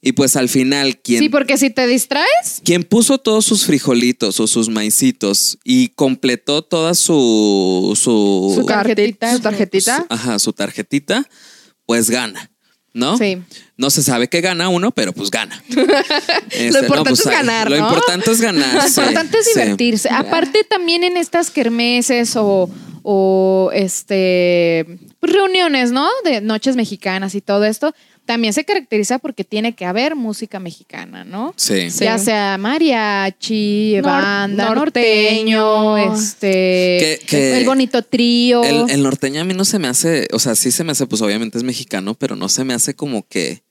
y pues al final quien Sí, porque si te distraes, quien puso todos sus frijolitos o sus maicitos y completó toda su su, Su tarjetita. tarjetita. Su tarjetita. su- ajá, su tarjetita, pues gana, ¿no? Sí. No se sabe qué gana uno, pero pues [laughs] gana. Este, no, importante pues, es ah, ganar, Lo ¿no? importante es ganar. lo sí, importante es sí. divertirse. Aparte también en estas kermeses o, o este pues, reuniones, ¿no? De noches mexicanas y todo esto, también se caracteriza porque tiene que haber música mexicana, ¿no? Sí. Sí. Ya sea mariachi, Nor- banda, norteño, norteño. este Que- que- el bonito trío. El, el norteño a mí no se me hace, o sea, sí se me hace, pues obviamente es mexicano, pero no se me hace como que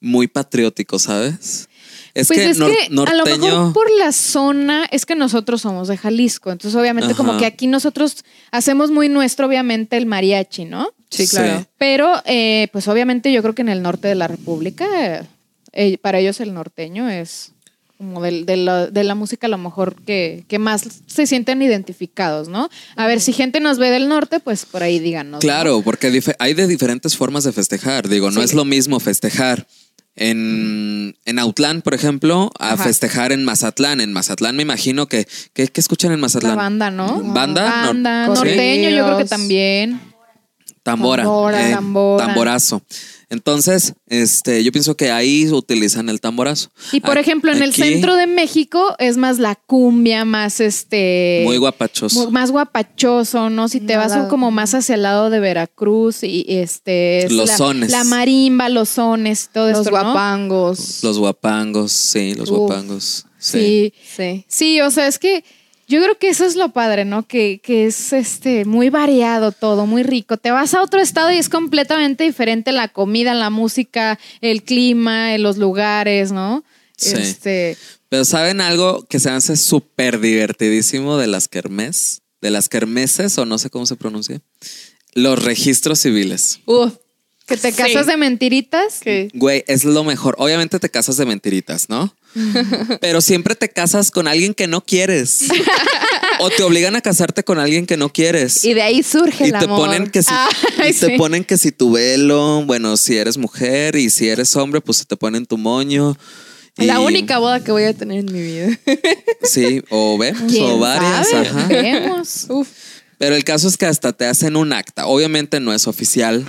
muy patriótico, ¿sabes? Es pues que, es nor- que a lo norteño. mejor por la zona es que nosotros somos de Jalisco, entonces obviamente como Ajá. que aquí nosotros hacemos muy nuestro obviamente el mariachi, ¿no? Sí, claro. Sí. Pero, eh, pues obviamente yo creo que en el norte de la República, eh, para ellos el norteño es como del- de, la, de la música a lo mejor que, que más se sienten identificados, ¿no? A ver, si gente nos ve del norte, pues por ahí díganos. ¿no? Claro, porque dife- hay de diferentes formas de festejar. Digo, no es lo mismo festejar en, en Autlán, por ejemplo, a Ajá. festejar en Mazatlán. En Mazatlán me imagino que, que, que escuchan en La Mazatlán. banda, ¿no? Banda, Nor- Banda, sí. norteño yo creo que Corridos. también. Tambora. eh, Tambora, tambora. Tamborazo. Entonces, este, yo pienso que ahí utilizan el tamborazo. Y por A- ejemplo, en el aquí, centro de México es más la cumbia, más este... Muy guapachoso. mu- más guapachoso, ¿no? Si te vas Nada. como más hacia el lado de Veracruz y y, este... es Los la, sones. La marimba, los sones, todo Los esto, ¿no? guapangos. Los guapangos, sí, los Uf, guapangos. Sí. Sí. Sí. Sí, o sea, es que yo creo que eso es lo padre, ¿no? Que, que es este muy variado todo, muy rico. Te vas a otro estado y es completamente diferente la comida, la música, el clima, eh, los lugares, ¿no? Sí. Este, Pero ¿saben algo que se hace súper divertidísimo de las kermés? De las kermeses, o no sé cómo se pronuncia. Los registros civiles. uf, que te Sí. casas de mentiritas. Güey, es lo mejor. Obviamente te casas de mentiritas, [laughs] ¿no? Pero siempre te casas con alguien que no quieres. o te obligan a casarte con alguien que no quieres. Y de ahí surge Y el te amor. Ah, ponen que si, [laughs] Ay, y te sí. ponen que si tu velo, bueno, si eres mujer y si eres hombre, pues se te ponen tu moño. La Y- única boda que voy a tener en mi [laughs] vida. Sí, o vemos, ¿Quién o varias, sabe? ajá. Vemos. Uf. Pero el caso es que hasta te hacen un acta. Obviamente no es oficial.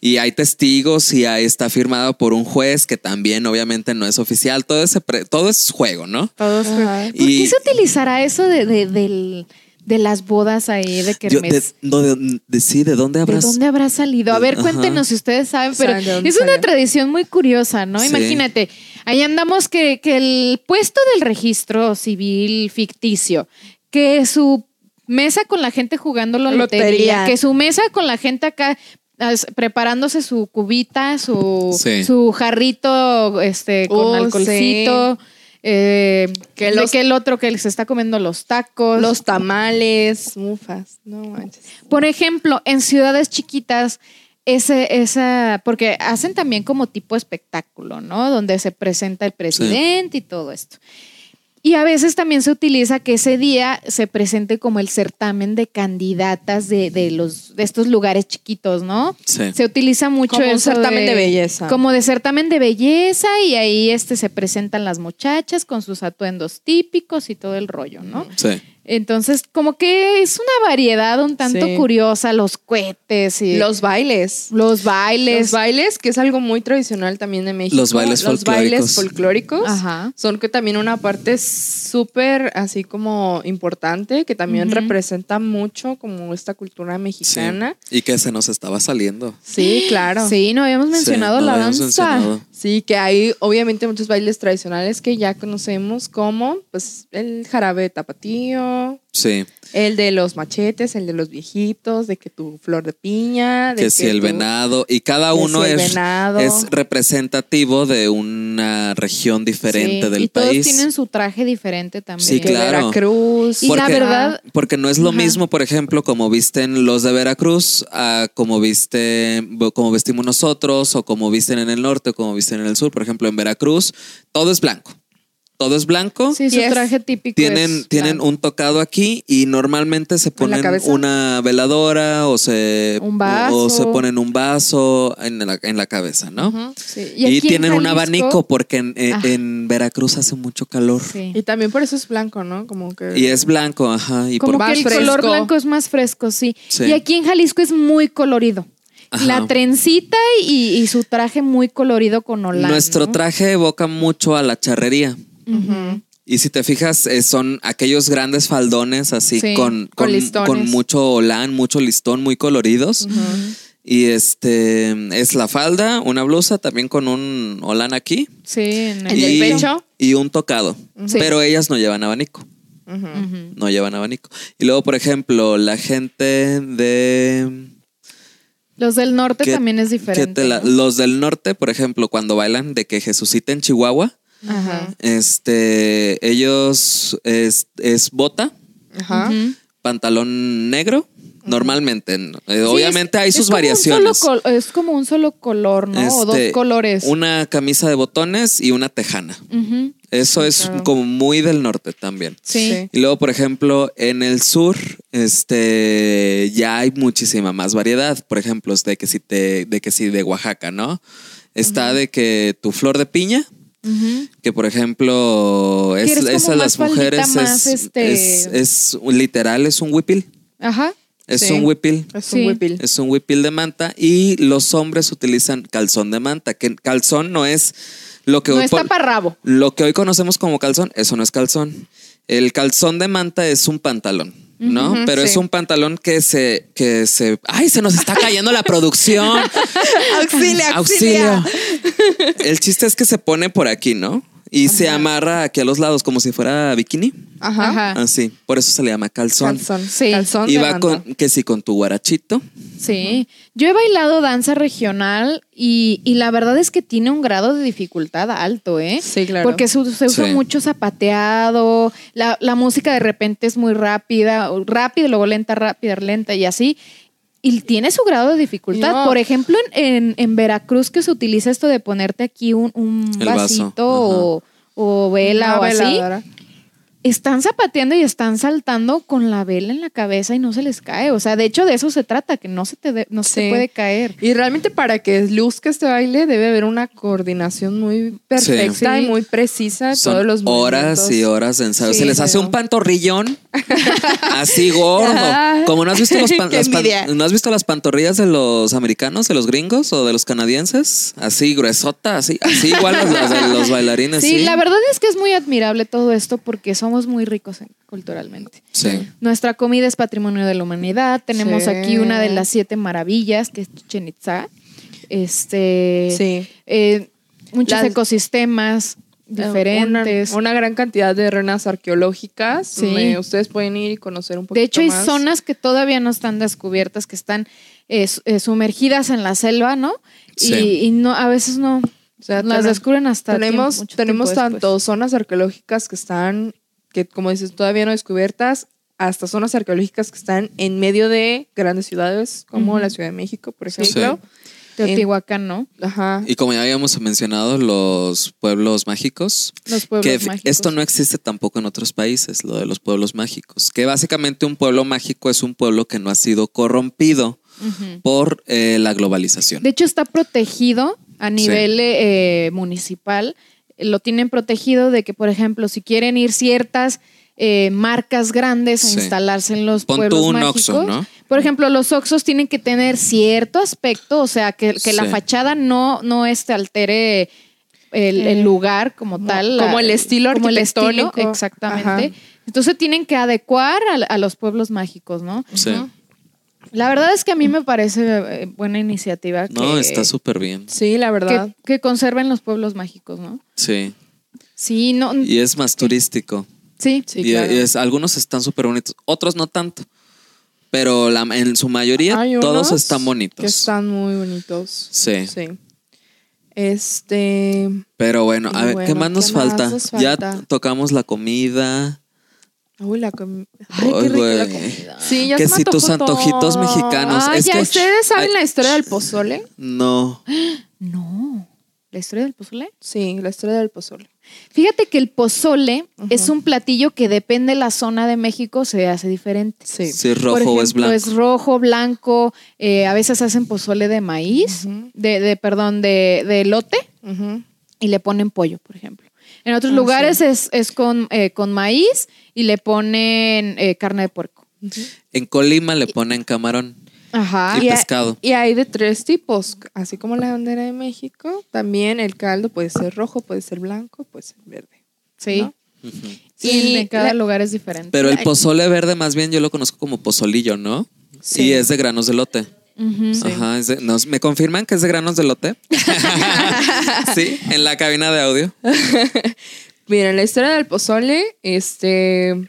Y hay testigos y ahí está firmado por un juez que también obviamente no es oficial. Todo, ese pre- todo es juego, ¿no? Todos. Ajá. ¿Por Y- qué se utilizará eso de, de, del- de las bodas ahí de Yo Kermés? de, no, de- de- sí, ¿de dónde ¿De habrás? dónde habrá salido? A ver, Ajá. cuéntenos si ustedes saben, pero Salió, es una salió. tradición muy curiosa, ¿no? Sí. Imagínate, ahí andamos que, que el puesto del registro civil ficticio, que su mesa con la gente jugando la lotería, Lotería. que su mesa con la gente acá as- preparándose su cubita, su, Sí. su jarrito este, con Oh, alcoholcito. eh, Que de los- que el otro que se está comiendo los tacos. Los tamales, mufas, no manches. Por ejemplo, en ciudades chiquitas, ese, esa, porque hacen también como tipo espectáculo, ¿no? Donde se presenta el presidente y todo esto. Y a veces también se utiliza que ese día se presente como el certamen de candidatas de, de los, de estos lugares chiquitos, ¿no? Sí. Se utiliza mucho Como un eso certamen de belleza. Como de certamen de belleza y ahí este, se presentan las muchachas con sus atuendos típicos y todo el rollo, ¿no? Sí. Entonces, como que es una variedad un tanto Sí. curiosa, los cohetes y Los bailes. los bailes. Los bailes, que es algo muy tradicional también de México. Los bailes folclóricos. bailes folclóricos Ajá. son que también una parte súper así como importante, que también Ujú. representa mucho como esta cultura sí. mexicana. Y que se nos estaba saliendo. Sí, claro. Sí. Sí, no habíamos mencionado Sí, no la habíamos danza. mencionado. que hay obviamente muchos bailes tradicionales que ya conocemos como pues el jarabe de tapatío, Sí. el de los machetes, el de los viejitos, de que tu flor de piña, de que si el tu- venado y cada que si uno el es, venado. es representativo de una región diferente Sí, del y país. todos tienen su traje diferente también. Sí, que claro. Veracruz. Y la Porque- verdad, Porque no es lo Ajá. mismo, por ejemplo, como visten los de Veracruz a como viste, como vestimos nosotros, o como visten en el norte, o como visten en el sur. Por ejemplo, en Veracruz, todo es blanco. Todo es blanco. sí, su Y es- traje típico. Tienen, es tienen blanco. un tocado aquí y normalmente se ponen cabeza? una veladora o se, Un o vaso. se ponen un vaso en la, en la cabeza, ¿no? Sí, Y, aquí en tienen un Jalisco- abanico porque en, en- Ajá. en Veracruz hace mucho calor. Sí. Y también por eso es blanco, ¿no? Como que. Y es blanco, ajá. Y Como por- que el Más color fresco. blanco es más fresco, sí. Sí. Y aquí en Jalisco es muy colorido. Ajá. La trencita y, y su traje muy colorido con holanda. Nuestro traje evoca mucho a la charrería. Y si te fijas, eh, son aquellos grandes faldones así Sí, con, con con, listones. con mucho olán, mucho listón, muy coloridos. Y este es la falda, una blusa también con un olán aquí. Sí, en El y, del pecho. Y un tocado. Sí. Pero ellas no llevan abanico. Ujú. No llevan abanico. Y luego, por ejemplo, la gente de... Los del norte que- Pues también es que diferente. te la- ¿no? Los del norte, por ejemplo, cuando bailan de que Jesucita en Chihuahua, Ajá. este, ellos es, es bota, Ajá. Ujú. pantalón negro Normalmente. ¿no? Eh, Sí, es- Obviamente hay es sus como un solo variaciones. col- es como un solo color, ¿no? o dos Este, colores. Una camisa de botones y una tejana. Ujú. Eso es claro. como muy del norte también. Sí. Sí. Y luego, por ejemplo, en el sur, este, ya hay muchísima más variedad. Por ejemplo, de que si te, de que si de Oaxaca, ¿no? Está de que tu flor de piña, Ujú. que por ejemplo, es, Que eres como es a más las faldita, mujeres, es, más, este- es- es un- literal, es un huipil. Ajá. Es Sí. un huipil. Es Sí. un huipil. Es un huipil de manta y los hombres utilizan calzón de manta, que calzón no es lo que No hoy es por- taparrabo. lo que hoy conocemos como calzón, eso no es calzón. El calzón de manta es un pantalón, ¿no? Ujú, Pero es sí. un pantalón que se, que se. ¡Ay, se nos está cayendo la producción! [laughs] Auxilia, ¡Auxilio! El chiste es que se pone por aquí, ¿no? Y se amarra aquí a los lados como si fuera bikini. Ajá. Ajá. Así. Por eso se le llama calzón. Ah. Calzón. Sí. Calzón Y de va manta. con que sí con tu guarachito. Sí, yo he bailado danza regional y, y la verdad es que tiene un grado de dificultad alto, ¿eh? Sí, claro. Porque se, se usa Sí. mucho zapateado, la, la música de repente es muy rápida, o rápida, luego lenta, rápida, lenta y así. Y tiene su grado de dificultad. No. Por ejemplo, en, en- en Veracruz que se utiliza esto de ponerte aquí un, un El vaso, vasito o, o vela Una o así. veladora. Están zapateando y están saltando con la vela en la cabeza y no se les cae. O sea, de hecho de eso se trata, que no se te, de- no se te Sí. puede caer. Y realmente para que luzca este baile debe haber una coordinación muy perfecta Sí. y muy precisa de Son todos los horas y movimientos. horas de ensayo. Sí, Se les hace pero- un [laughs] pantorrillón así gordo. Ah, Como no has visto los pan- qué las pan- envidia. ¿no has visto las pantorrillas de los americanos, de los gringos o de los canadienses, así gruesota, así, así igual las, las de los bailarines. Sí, Sí, la verdad es que es muy admirable todo esto porque somos muy ricos en- culturalmente. Sí. Nuestra comida es patrimonio de la humanidad. Tenemos Sí. aquí una de las siete maravillas, que es Chichen Itza. Este, Sí. eh, muchos Las- Eh, ecosistemas diferentes. Una, una gran cantidad de ruinas arqueológicas. Sí. donde ustedes pueden ir y conocer un poquito de hecho, hay más. zonas que todavía no están descubiertas, que están eh, su- eh, sumergidas en la selva, ¿no? Sí. Y, y no, a veces no. O sea, las tene- descubren hasta tenemos, tiempo- mucho tenemos tiempo después. tanto zonas arqueológicas que están, que como dices, todavía no descubiertas, hasta zonas arqueológicas que están en medio de grandes ciudades, como Ujú. la Ciudad de México, por Sí. ejemplo. Teotihuacán, ¿no? Ajá. Y como ya habíamos mencionado, los pueblos mágicos. Los pueblos que f- mágicos. esto no existe tampoco en otros países, lo de los pueblos mágicos. Que básicamente un pueblo mágico es un pueblo que no ha sido corrompido Ujú. por eh, la globalización. De hecho, está protegido a nivel eh, municipal. Lo tienen protegido de que, por ejemplo, si quieren ir ciertas eh, marcas grandes a Sí. instalarse en los Pon tú pueblos un mágicos, Oxxo, ¿no? Por ejemplo, los Oxxos tienen que tener cierto aspecto, o sea, que, que la Sí. fachada no, no este, altere el, el Eh, lugar como como- tal. como el estilo como el estilo, arquitectónico. exactamente. Ajá. Entonces tienen que adecuar a, a los pueblos mágicos, ¿no? Sí. Ujú. La verdad es que a mí me parece eh, buena iniciativa. No, que- está súper bien. Sí, la verdad. que, que conserven los pueblos mágicos, ¿no? Sí. Sí, no. Y es más turístico. Sí. Sí, y, claro. y es- algunos están súper bonitos, otros no tanto. Pero la- en su mayoría Hay todos unos están bonitos. Que están muy bonitos. Sí. Sí. Este. Pero bueno, a Y ver, ¿qué bueno, más nos ¿qué más falta? nos Ya falta? t- tocamos la comida. Uy, la comida. Ay, Ay, qué rica la güey. comida. Sí, ya Que se me si tus antojó antojitos todo. mexicanos. Ay, Es ya que- ustedes saben ay, la historia del pozole. No. No. ¿La historia del pozole? Sí, la historia del pozole. Fíjate que el pozole Ujú. es un platillo que depende de la zona de México, se hace diferente. Sí. Si es rojo Por o es ejemplo, blanco. rojo, blanco. eh, a veces hacen pozole de maíz, Ujú. de, de- perdón, de, de elote Ujú. y le ponen pollo, por ejemplo. En otros Ah, lugares es, es con, eh, con maíz y le ponen eh, carne de puerco. En Colima le ponen camarón Ajá. y a- pescado. Ah, Y hay de tres tipos, así como la bandera de México, también el caldo puede ser rojo, puede ser blanco, puede ser verde. Sí. ¿no? Ujú. Sí, Y en cada la- lugar es diferente. Pero el pozole verde, más bien yo lo conozco como pozolillo, ¿no? Sí. Y es de granos de lote. Ujú. Ajá, es de- nos- ¿me confirman que es de granos de [laughs] lote? sí, en la cabina de audio. Miren, la historia del pozole este,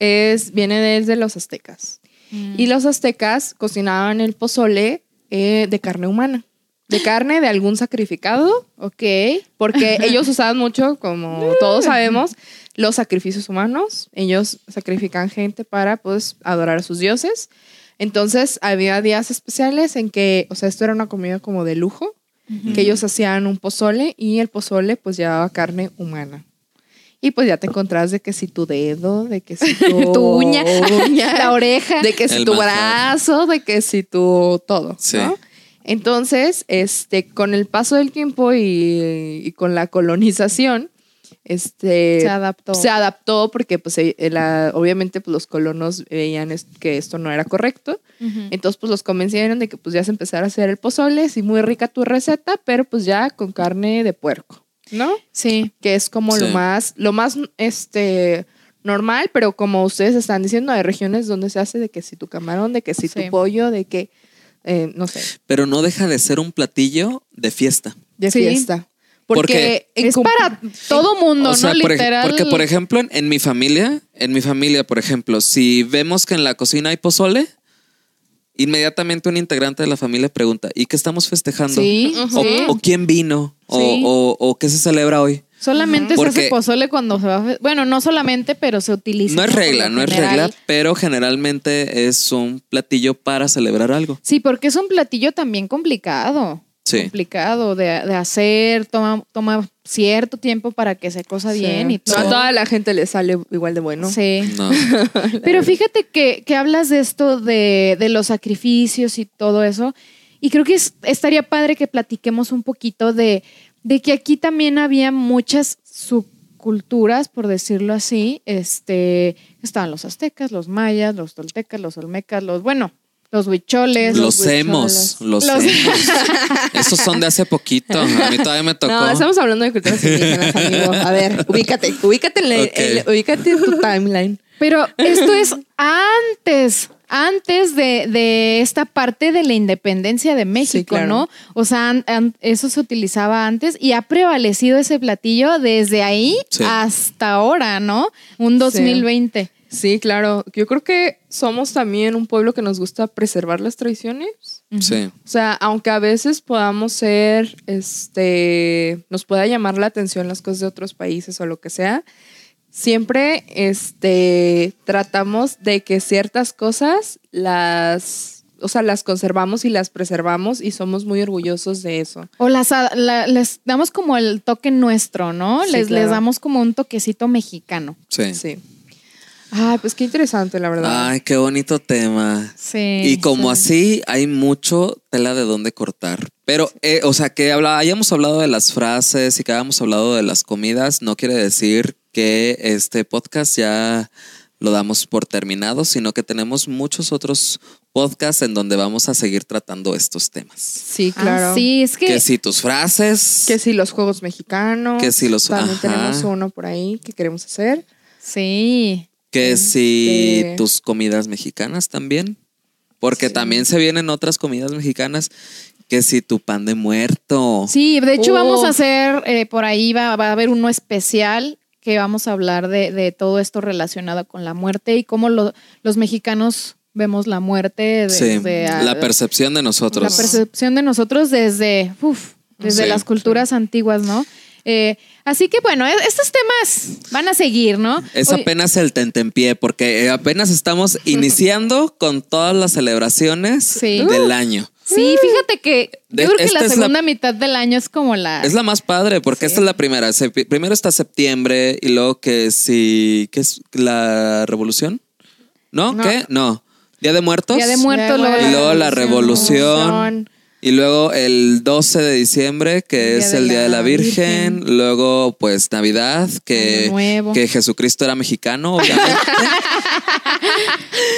es, viene desde los aztecas. Mm. Y los aztecas cocinaban el pozole eh, de carne humana, de carne de algún sacrificado, Ok. [laughs] porque ellos usaban mucho, como todos sabemos, los sacrificios humanos. Ellos sacrifican gente para, pues, adorar a sus dioses. Entonces había días especiales en que, o sea, esto era una comida como de lujo, que ellos hacían un pozole y el pozole pues llevaba carne humana. Y pues ya te encontrabas de que si tu dedo, de que [laughs] si tu, Tu [laughs] uña, la oreja. de que si El tu más brazo, de que si tu todo, Sí. ¿no? Entonces, este, con el paso del tiempo y, y con la colonización, este, se adaptó. se adaptó porque pues eh, la- obviamente pues, los colonos veían es- que esto no era correcto. Ujú. Entonces pues los convencieron de que pues ya se empezara a hacer el pozole, sí muy rica tu receta, pero pues ya con carne de puerco, ¿no? Sí. Que es como lo Sí. más lo más este normal, pero como ustedes están diciendo, hay regiones donde se hace de que si tu camarón, de que si Sí. tu pollo, de que eh, no sé, Pero no deja de ser un platillo de fiesta. de Sí. fiesta. Porque Porque, en es com- para todo mundo, o sea, ¿no? por ej- Literal. porque por ejemplo, en, en mi familia, en mi familia, por ejemplo, si vemos que en la cocina hay pozole, inmediatamente un integrante de la familia pregunta, ¿y qué estamos festejando? Sí, Ujú. O, sí. o quién vino? O, Sí. o- o qué se celebra hoy? Solamente se hace Porque- pozole cuando se va a... fe- Bueno, no solamente, pero se utiliza. No es Por lo regla, no es general. regla, pero generalmente es un platillo para celebrar algo. Sí, porque es un platillo también complicado. Sí. Complicado de, de hacer, toma, toma cierto tiempo para que se cosa Sí. bien y No todo. a toda la gente le sale igual de bueno. Sí. No. Pero fíjate que, que hablas de esto, de, de los sacrificios y todo eso. Y creo que es- estaría padre que platiquemos un poquito de, de que aquí también había muchas subculturas, por decirlo así. Este, estaban los aztecas, los mayas, los toltecas, los olmecas, los, bueno, los huicholes. Los huicholes. hemos, los, Los- hemos. Esos son de hace poquito. A mí todavía me tocó. No, estamos hablando de [laughs] culturas indígenas, amigo. A ver, ubícate, ubícate en, la- Ok. en- ubícate en tu timeline. Pero esto es antes, antes de, de esta parte de la independencia de México, claro. ¿no? O sea, an- an- eso se utilizaba antes y ha prevalecido ese platillo desde ahí Sí. hasta ahora, ¿no? Un 2020. Sí, claro. Yo creo que somos también un pueblo que nos gusta preservar las tradiciones. Sí. O sea, aunque a veces podamos ser, este, nos pueda llamar la atención las cosas de otros países o lo que sea, siempre, este, tratamos de que ciertas cosas las, o sea, las conservamos y las preservamos y somos muy orgullosos de eso. O las, a- la- les damos como el toque nuestro, ¿no? Sí, les, les claro. damos como un toquecito mexicano. Sí. Sí. Ay, pues qué interesante, la verdad. Ay, qué bonito tema. Sí. Y como así hay mucho tela de dónde cortar. Pero, eh, o sea, que habla- hayamos hablado de las frases y que hayamos hablado de las comidas, no quiere decir que este podcast ya lo damos por terminado, sino que tenemos muchos otros podcasts en donde vamos a seguir tratando estos temas. Sí, claro. Ah, sí, es que, Que si tus frases, Que si los juegos mexicanos. Que si los- También ajá. tenemos uno por ahí que queremos hacer. sí. que si este- tus comidas mexicanas también, porque también se vienen otras comidas mexicanas, que si tu pan de muerto. Sí, de hecho vamos a Uf. hacer, eh, por ahí va, va a haber uno especial que vamos a hablar de, de todo esto relacionado con la muerte y cómo lo- los mexicanos vemos la muerte Sí, desde a- la percepción de la nosotros. percepción de nosotros desde, uf, desde Sí. las culturas antiguas, ¿no? Eh, así que bueno, e- estos temas van a seguir, ¿no? es Hoy- apenas el tentempié, porque eh, apenas [laughs] estamos iniciando con todas las celebraciones Sí. Uh. del año. sí, fíjate que De- yo creo que esta la es la- segunda mitad del año es como la... Es la más padre, porque esta es la primera. Se- primero está septiembre y luego que si. ¿Qué es la revolución? ¿No? No. ¿Qué? No. Día de muertos. Día de Muertos, Luego Y luego la revolución. Revolución. Y luego el 12 de diciembre, que El es el Día de la Virgen. Luego, pues, Navidad, que, Año Nuevo. que Jesucristo era mexicano, [laughs] obviamente.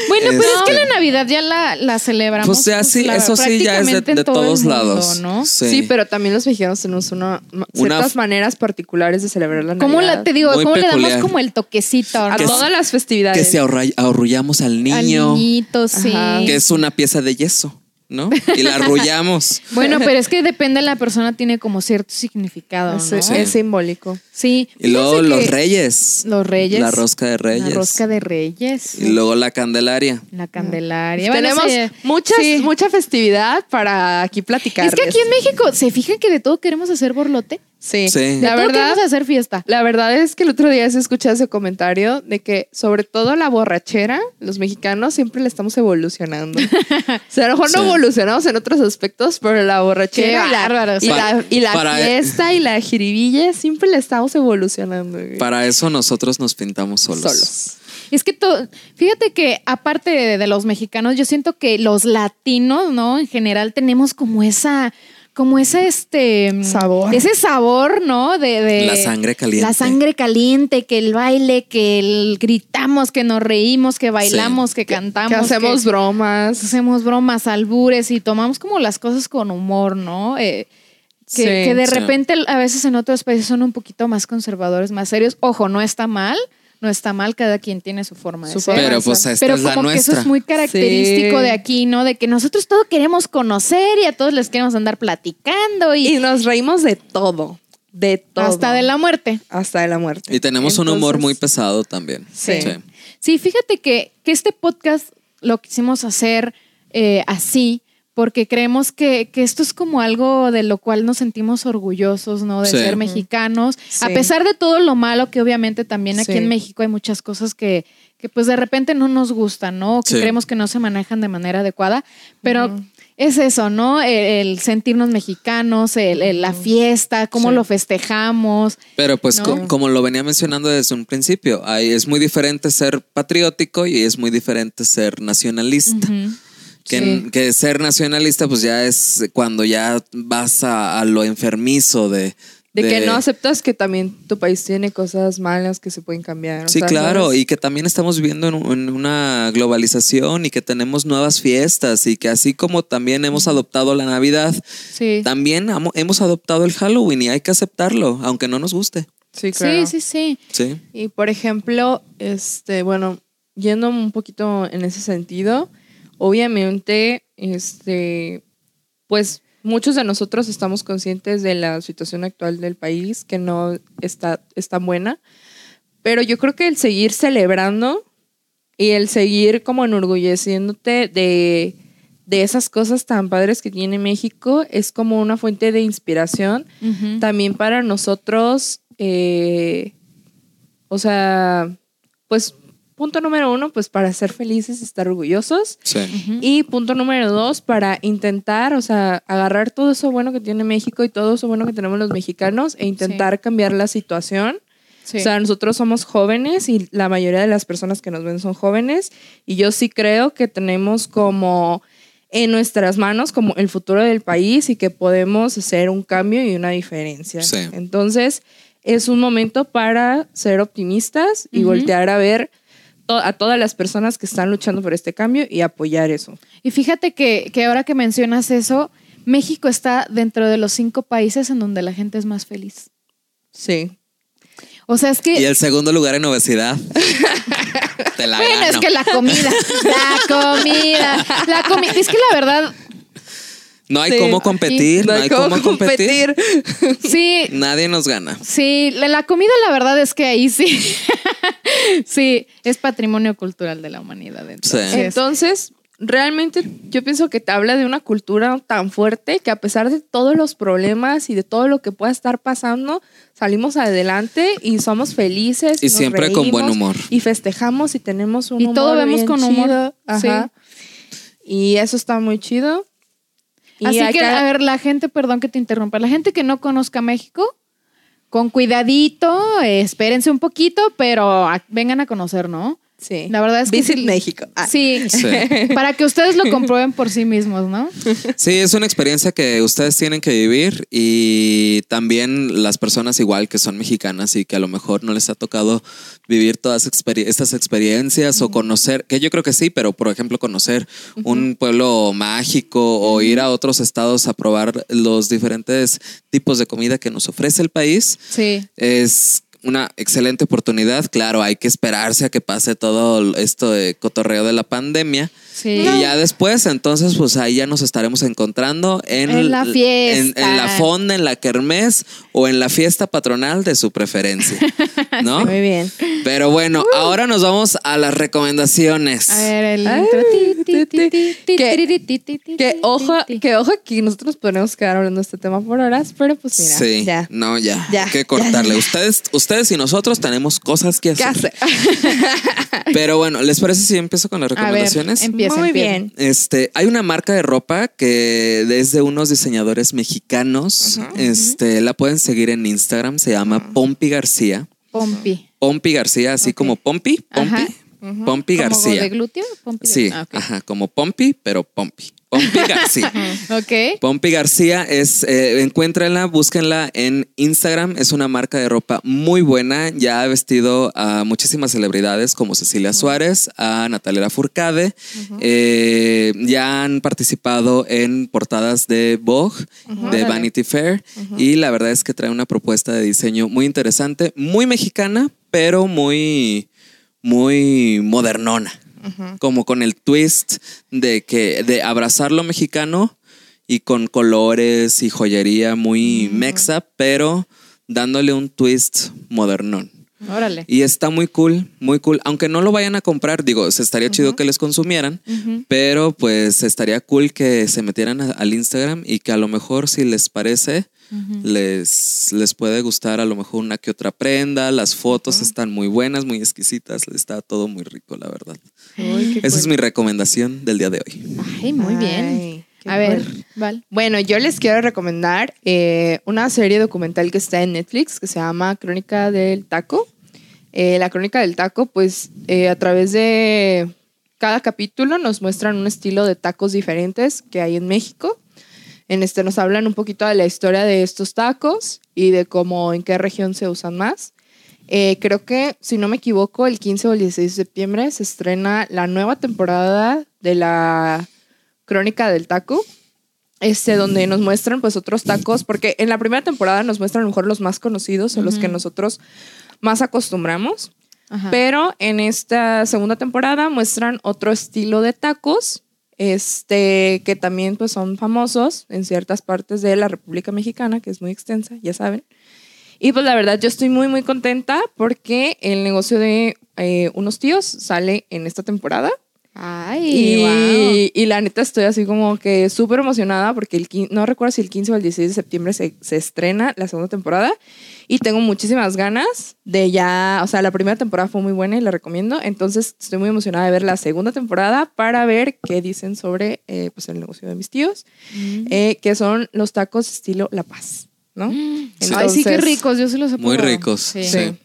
Bueno, pero es Este- que la Navidad ya la, la celebramos. Pues ya sí, la- eso sí, ya es de, prácticamente de en todo el todos mundo, lados. ¿no? Sí. Sí, pero también los mexicanos tenemos una, ma- Una ciertas f- maneras particulares de celebrar la ¿Cómo Navidad. la, te digo, Muy cómo le peculiar. damos como el toquecito, A ¿no? Que todas las que festividades. si ahorra- arrullamos al Al niño, niñito, sí. Ajá. que es una pieza de yeso, ¿no? Y [laughs] la arrullamos. [laughs] Bueno, pero es que depende de la persona, tiene como cierto significado, ¿no? Ah, Es, Sí. es simbólico. y luego Fíjense los que reyes. Los reyes. La rosca de reyes. La rosca de reyes. Y luego la candelaria. La candelaria. Bueno, Pues Tenemos sí. muchas, Sí. mucha festividad para aquí platicar. Es que de aquí en esto. México, ¿se fijan que de todo queremos hacer borlote? Sí. Sí. La La verdad. verdad- vamos a hacer fiesta. La verdad es que el otro día se escucha ese comentario de que sobre todo la borrachera, los mexicanos siempre la estamos [laughs] evolucionando. o sea, a lo mejor no Sí. evolucionamos en otros aspectos, pero la borrachera Qué y la, bárbaros. y la, y la Para- fiesta y la jiribilla siempre la estamos evolucionando. güey. Para eso nosotros nos pintamos solos. Solos. Es que todo, fíjate que aparte de, de los mexicanos, yo siento que los latinos, ¿no? En general tenemos como esa, como ese este mm, Sabor. ese sabor, ¿no? De, de- La sangre caliente. la sangre caliente, que el baile, que el gritamos, que nos reímos, que bailamos, que cantamos, que hacemos bromas. hacemos bromas, albures y tomamos como las cosas con humor, ¿no? Eh, que, Sí. que de Sí. repente a veces en otros países son un poquito más conservadores, más serios. Ojo, no está mal, no está mal, cada quien tiene su forma de Su ser. forma de Pero pues esta Pero es la como que eso nuestra. es muy característico Sí. de aquí, ¿no? De que nosotros todo queremos conocer y a todos les queremos andar platicando y, Y nos reímos de todo. De todo. hasta de la muerte. Hasta de la muerte. Y tenemos un humor Entonces, muy pesado también. Sí. Sí, fíjate que, que este podcast lo quisimos hacer eh, así porque creemos que, que esto es como algo de lo cual nos sentimos orgullosos, ¿no? De Sí. ser mexicanos. Sí. A pesar de todo lo malo que obviamente también aquí Sí. en México hay muchas cosas que, que pues de repente no nos gustan, ¿no? Que Sí. creemos que no se manejan de manera adecuada, pero... Es eso, ¿no? El, el sentirnos mexicanos, el- el- la fiesta, cómo Sí. lo festejamos. Pero pues ¿No? co- como lo venía mencionando desde un principio, hay- es muy diferente ser patriótico y es muy diferente ser nacionalista. Que, Sí. que ser nacionalista pues ya es cuando ya vas a, a lo enfermizo de... De, que no aceptas que también tu país tiene cosas malas que se pueden cambiar. o Sí, sea, claro, ¿sabes? y que también estamos viviendo en, un- en una globalización y que tenemos nuevas fiestas y que así como también hemos adoptado la Navidad, Sí. también amo- hemos adoptado el Halloween y hay que aceptarlo, aunque no nos guste. Sí, Sí, claro. sí, sí. Sí. Y por ejemplo, este, bueno, yendo un poquito en ese sentido, obviamente, este, pues muchos de nosotros estamos conscientes de la situación actual del país, que no está, es tan buena, pero yo creo que el seguir celebrando y el seguir como enorgulleciéndote de, de esas cosas tan padres que tiene México es como una fuente de inspiración Ujú. también para nosotros, eh, o sea, pues punto número uno, pues para ser felices y estar orgullosos. Sí. Y punto número dos, para intentar, o sea, agarrar todo eso bueno que tiene México y todo eso bueno que tenemos los mexicanos e intentar cambiar la situación. Sí. O sea, nosotros somos jóvenes y la mayoría de las personas que nos ven son jóvenes y yo sí creo que tenemos como en nuestras manos como el futuro del país y que podemos hacer un cambio y una diferencia. Sí. Entonces, es un momento para ser optimistas y Ujú. voltear a ver to- a todas las personas que están luchando por este cambio y apoyar eso. Y fíjate que, que ahora que mencionas eso, México está dentro de los cinco países en donde la gente es más feliz. Sí. O sea, es que. Y el segundo lugar en obesidad. Te la bueno, gano. [laughs] es que la comida. La comida. La comida. Es que la verdad, No hay Sí. cómo competir, no hay cómo, competir. sí, Nadie nos gana. sí, la, la comida, la verdad es que ahí sí. [laughs] sí, es patrimonio cultural de la humanidad. entonces. Sí. Entonces, realmente yo pienso que te habla de una cultura tan fuerte que a pesar de todos los problemas y de todo lo que pueda estar pasando, salimos adelante y somos felices. Y nos siempre con buen humor. Y festejamos y tenemos un Y humor. todo vemos bien con humor, chido. Ajá. Y eso está muy chido. Y Así hay que, que- a ver, la gente, perdón que te interrumpa, la gente que no conozca México, con cuidadito, eh, espérense un poquito, pero a- vengan a conocer, ¿no? sí. La verdad es que Visit sí- México. Ah, Sí, Sí. [laughs] para que ustedes lo comprueben por sí mismos, ¿no? Sí, es una experiencia que ustedes tienen que vivir y también las personas igual que son mexicanas y que a lo mejor no les ha tocado vivir todas experi- estas experiencias o conocer, que yo creo que sí, pero por ejemplo conocer un pueblo mágico o ir a otros estados a probar los diferentes tipos de comida que nos ofrece el país. Sí. Es una excelente oportunidad, claro, hay que esperarse a que pase todo esto de cotorreo de la pandemia. Sí. Y ya después, entonces, pues ahí ya nos estaremos encontrando en, En la [laughs] fiesta. En, en la fonda, en la kermés o en la fiesta patronal de su preferencia. ¿no? Muy bien. Uh. Pero bueno, ahora nos vamos a las recomendaciones. A ver, el Ay, intro. Ti, ti, ti, ti, ti, que- ti, ti, ti, ti, ti, Que ti, ojo, ti. que ojo aquí, nosotros podemos quedar hablando de este tema por horas, pero pues mira, sí, ya. no, ya. Ya, Hay que ya, cortarle. ya. Ustedes, ustedes y nosotros tenemos cosas que ¿Qué hacer. hace? [laughs] Pero bueno, ¿les parece si empiezo con las ver, recomendaciones? em- Empieza, Muy empieza. bien. Este, hay una marca de ropa que es de unos diseñadores mexicanos. este, la pueden seguir en Instagram, se llama Pompi García. Pompi. Pompi García, así Ah. Ok. como Pompi, Pompi, Ajá. Pompi ¿Como García. de glúteo? Pompi de- Sí, Ah, ok. ajá, como Pompi, pero Pompi. [laughs] Pompi García. Ok. Pompi García es, eh, encuéntrenla, búsquenla en Instagram. Es una marca de ropa muy buena. Ya ha vestido a muchísimas celebridades como Cecilia Suárez, a Natalia Furcade. Eh, ya han participado en portadas de Vogue, de Órale. Vanity Fair. Y la verdad es que trae una propuesta de diseño muy interesante, muy mexicana, pero muy, muy modernona como con el twist de que de abrazar lo mexicano y con colores y joyería muy Mm. mexa, pero dándole un twist modernón. Órale. Y está muy cool, muy cool. Aunque no lo vayan a comprar, digo, se estaría chido que les consumieran, pero pues estaría cool que se metieran a- al Instagram y que a lo mejor si les parece, les, les puede gustar a lo mejor una que otra prenda. Las fotos están muy buenas, muy exquisitas. Está todo muy rico, la verdad. Uy, qué Esa es cool. mi recomendación del día de hoy. Ay, muy bien. Ay, qué A ver, cool. Val. Bueno, yo les quiero recomendar eh, una serie documental que está en Netflix que se llama Crónica del Taco. Eh, la Crónica del Taco, pues eh, a través de cada capítulo nos muestran un estilo de tacos diferentes que hay en México. En este nos hablan un poquito de la historia de estos tacos y de cómo en qué región se usan más. Eh, creo que, si no me equivoco, el 15 o el 16 de septiembre se estrena la nueva temporada de la Crónica del Taco este, donde nos muestran pues otros tacos, porque en la primera temporada nos muestran a lo mejor los más conocidos o los que nosotros más acostumbramos, Ajá. pero en esta segunda temporada muestran otro estilo de tacos, este, que también pues son famosos en ciertas partes de la República Mexicana, que es muy extensa, ya saben. Y pues la verdad yo estoy muy muy contenta porque el negocio de eh, unos tíos sale en esta temporada. Ay, Y, wow. y la neta estoy así como que súper emocionada porque el quin- no recuerdo si el 15 o el 16 de septiembre se, se estrena la segunda temporada y tengo muchísimas ganas de ya, o sea, la primera temporada fue muy buena y la recomiendo, entonces estoy muy emocionada de ver la segunda temporada para ver qué dicen sobre eh, pues el negocio de mis tíos, eh, que son los tacos estilo La Paz, ¿no? Ay, sí, qué Entonces, ricos. Yo se los he Muy probado. ricos, sí. Mm, Sí.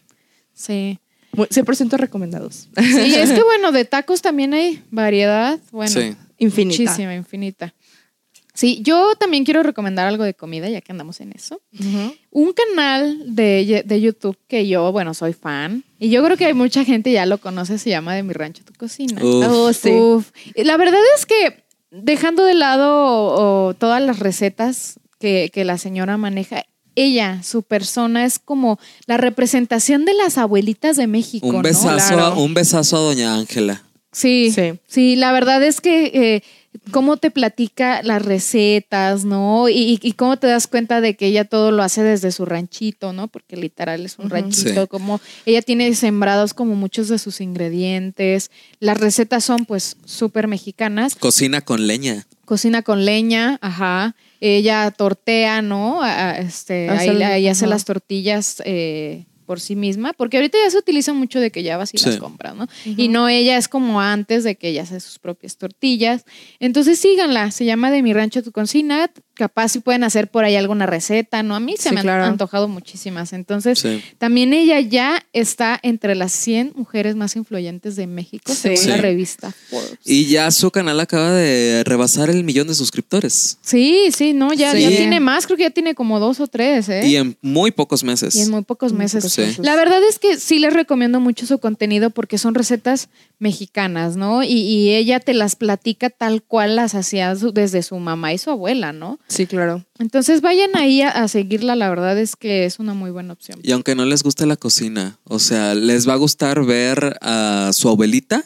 sí. muy- 100% recomendados. [laughs] Sí, es que bueno, de tacos también hay variedad. Bueno, Sí. Infinita. muchísima, infinita. Sí, yo también quiero recomendar algo de comida, ya que andamos en eso. Ujú. Un canal de, ye- de YouTube que yo, bueno, soy fan. Y yo creo que hay mucha gente ya lo conoce, se llama De mi rancho tu cocina. Uf. Oh, sí. Uf. Y La verdad es que dejando de lado o, todas las recetas que, que la señora maneja, ella, su persona, es como la representación de las abuelitas de México. Un ¿no? besazo, a, Claro. un besazo a doña Ángela. Sí, Sí. sí, la verdad es que eh, cómo te platica las recetas, ¿no? Y, y- y cómo te das cuenta de que ella todo lo hace desde su ranchito, ¿no? Porque literal es un ranchito, Sí. como ella tiene sembrados como muchos de sus ingredientes, las recetas son pues súper mexicanas, Cocina con leña. cocina con leña, ajá. Ella tortea, ¿no? A- a- Este, Hace ahí el- ahí hace ajá. las tortillas eh, por sí misma, porque ahorita ya se utiliza mucho de que ya vas y las Sí. compras, ¿no? Y no, ella es como antes de que ella hace sus propias tortillas. Entonces síganla, se llama De mi rancho a tu cocina, capaz si pueden hacer por ahí alguna receta, ¿no? A mí se Sí, me claro. han antojado muchísimas. Entonces, Sí. también ella ya está entre las 100 mujeres más influyentes de México, Sí. según la Sí. revista Forbes. Y ya su canal acaba de rebasar el millón de suscriptores. Sí, sí, no, ya, Sí. ya tiene más, creo que ya tiene como dos o tres, ¿eh? Y en muy pocos meses. Y en muy pocos meses. pocos Sí. meses. La verdad es que sí les recomiendo mucho su contenido porque son recetas mexicanas, ¿no? Y, y ella te las platica tal cual las hacía su- desde su mamá y su abuela, ¿no? Sí, claro. Entonces vayan ahí a, a seguirla, la verdad es que es una muy buena opción. Y aunque no les guste la cocina, o sea, les va a gustar ver a su [laughs] abuelita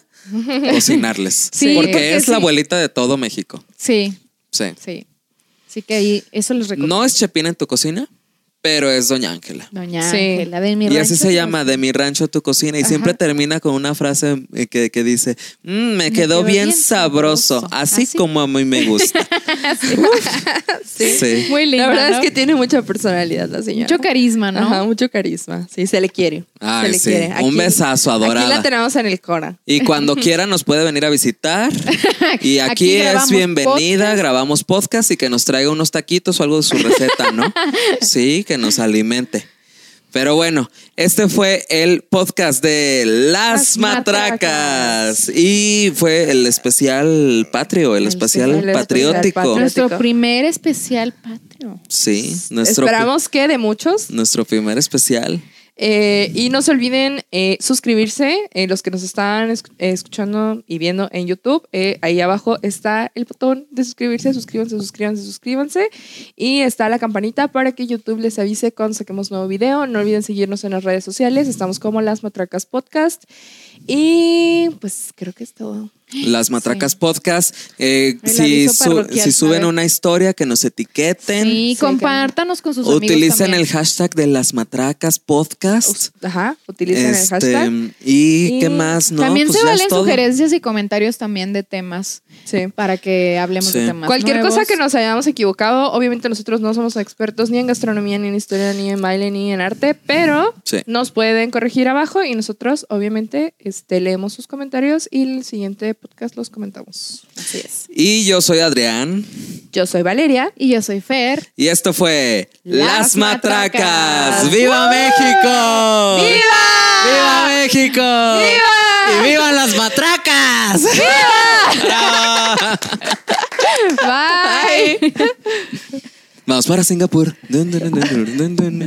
cocinarles. Sí, porque, porque es la sí. abuelita de todo México. Sí, Sí. sí. Así que ahí, eso les recomiendo. No es Chepina en tu cocina, pero es Doña Ángela. Doña Sí. Ángela, de mi Y así rancho se tu llama, de mi rancho a tu cocina. Y Ajá. siempre termina con una frase eh, que, que dice, "Mm, me quedó quedó bien bien sabroso, sabroso. así, Así. como a mí me gusta. Sí. Sí. Muy linda. La verdad ¿no? es que tiene mucha personalidad la señora. mucho carisma, ¿no? Ajá, mucho carisma. Sí, se le quiere. Ay, se le sí. quiere. Un besazo, adorada. Aquí la tenemos en el Cora. Y cuando quiera nos puede venir a visitar. Y Aquí aquí, es grabamos bienvenida, grabamos podcast y que nos traiga unos taquitos o algo de su receta, ¿no? Sí, que nos alimente. Pero bueno, este fue el podcast de Las Las Matracas. Matracas. Y fue el especial patrio, el, El especial especial patriótico. patrio. Nuestro Platico. primer especial patrio. Sí, nuestro, Esperamos que de muchos. nuestro primer especial. Eh, y no se olviden eh, suscribirse, eh, los que nos están esc- eh, escuchando y viendo en YouTube, eh, ahí abajo está el botón de suscribirse, suscríbanse, suscríbanse, suscríbanse. Y está la campanita para que YouTube les avise cuando saquemos nuevo video. No olviden seguirnos en las redes sociales, estamos como Las Matracas Podcast. Y pues creo que es todo. Las Matracas Podcast. Eh, El si, aviso su- parroquial, si suben a ver. una historia, que nos etiqueten. Sí, compártanos con sus amigos. Utilicen también. el hashtag de las matracas podcast. Ajá, utilicen el Este, hashtag. ¿Y Y qué más? No, También Pues se ya es valen todo. sugerencias y comentarios también de temas Sí. para que hablemos Sí. de temas. Cualquier nuevos. cosa que nos hayamos equivocado, obviamente nosotros no somos expertos ni en gastronomía, ni en historia, ni en baile, ni en arte, pero Sí. nos pueden corregir abajo y nosotros obviamente este, leemos sus comentarios y el siguiente podcast los comentamos. Así es. Y yo soy Adrián. Yo soy Valeria. Y yo [laughs] soy Fer. Y esto fue Las, Las Matracas. Matracas. ¡Viva México! ¡Viva! ¡Viva México! ¡Viva! ¡Y vivan las matracas! ¡Viva! Bye. Vamos para Singapur. Dun, dun, dun, dun, dun, dun.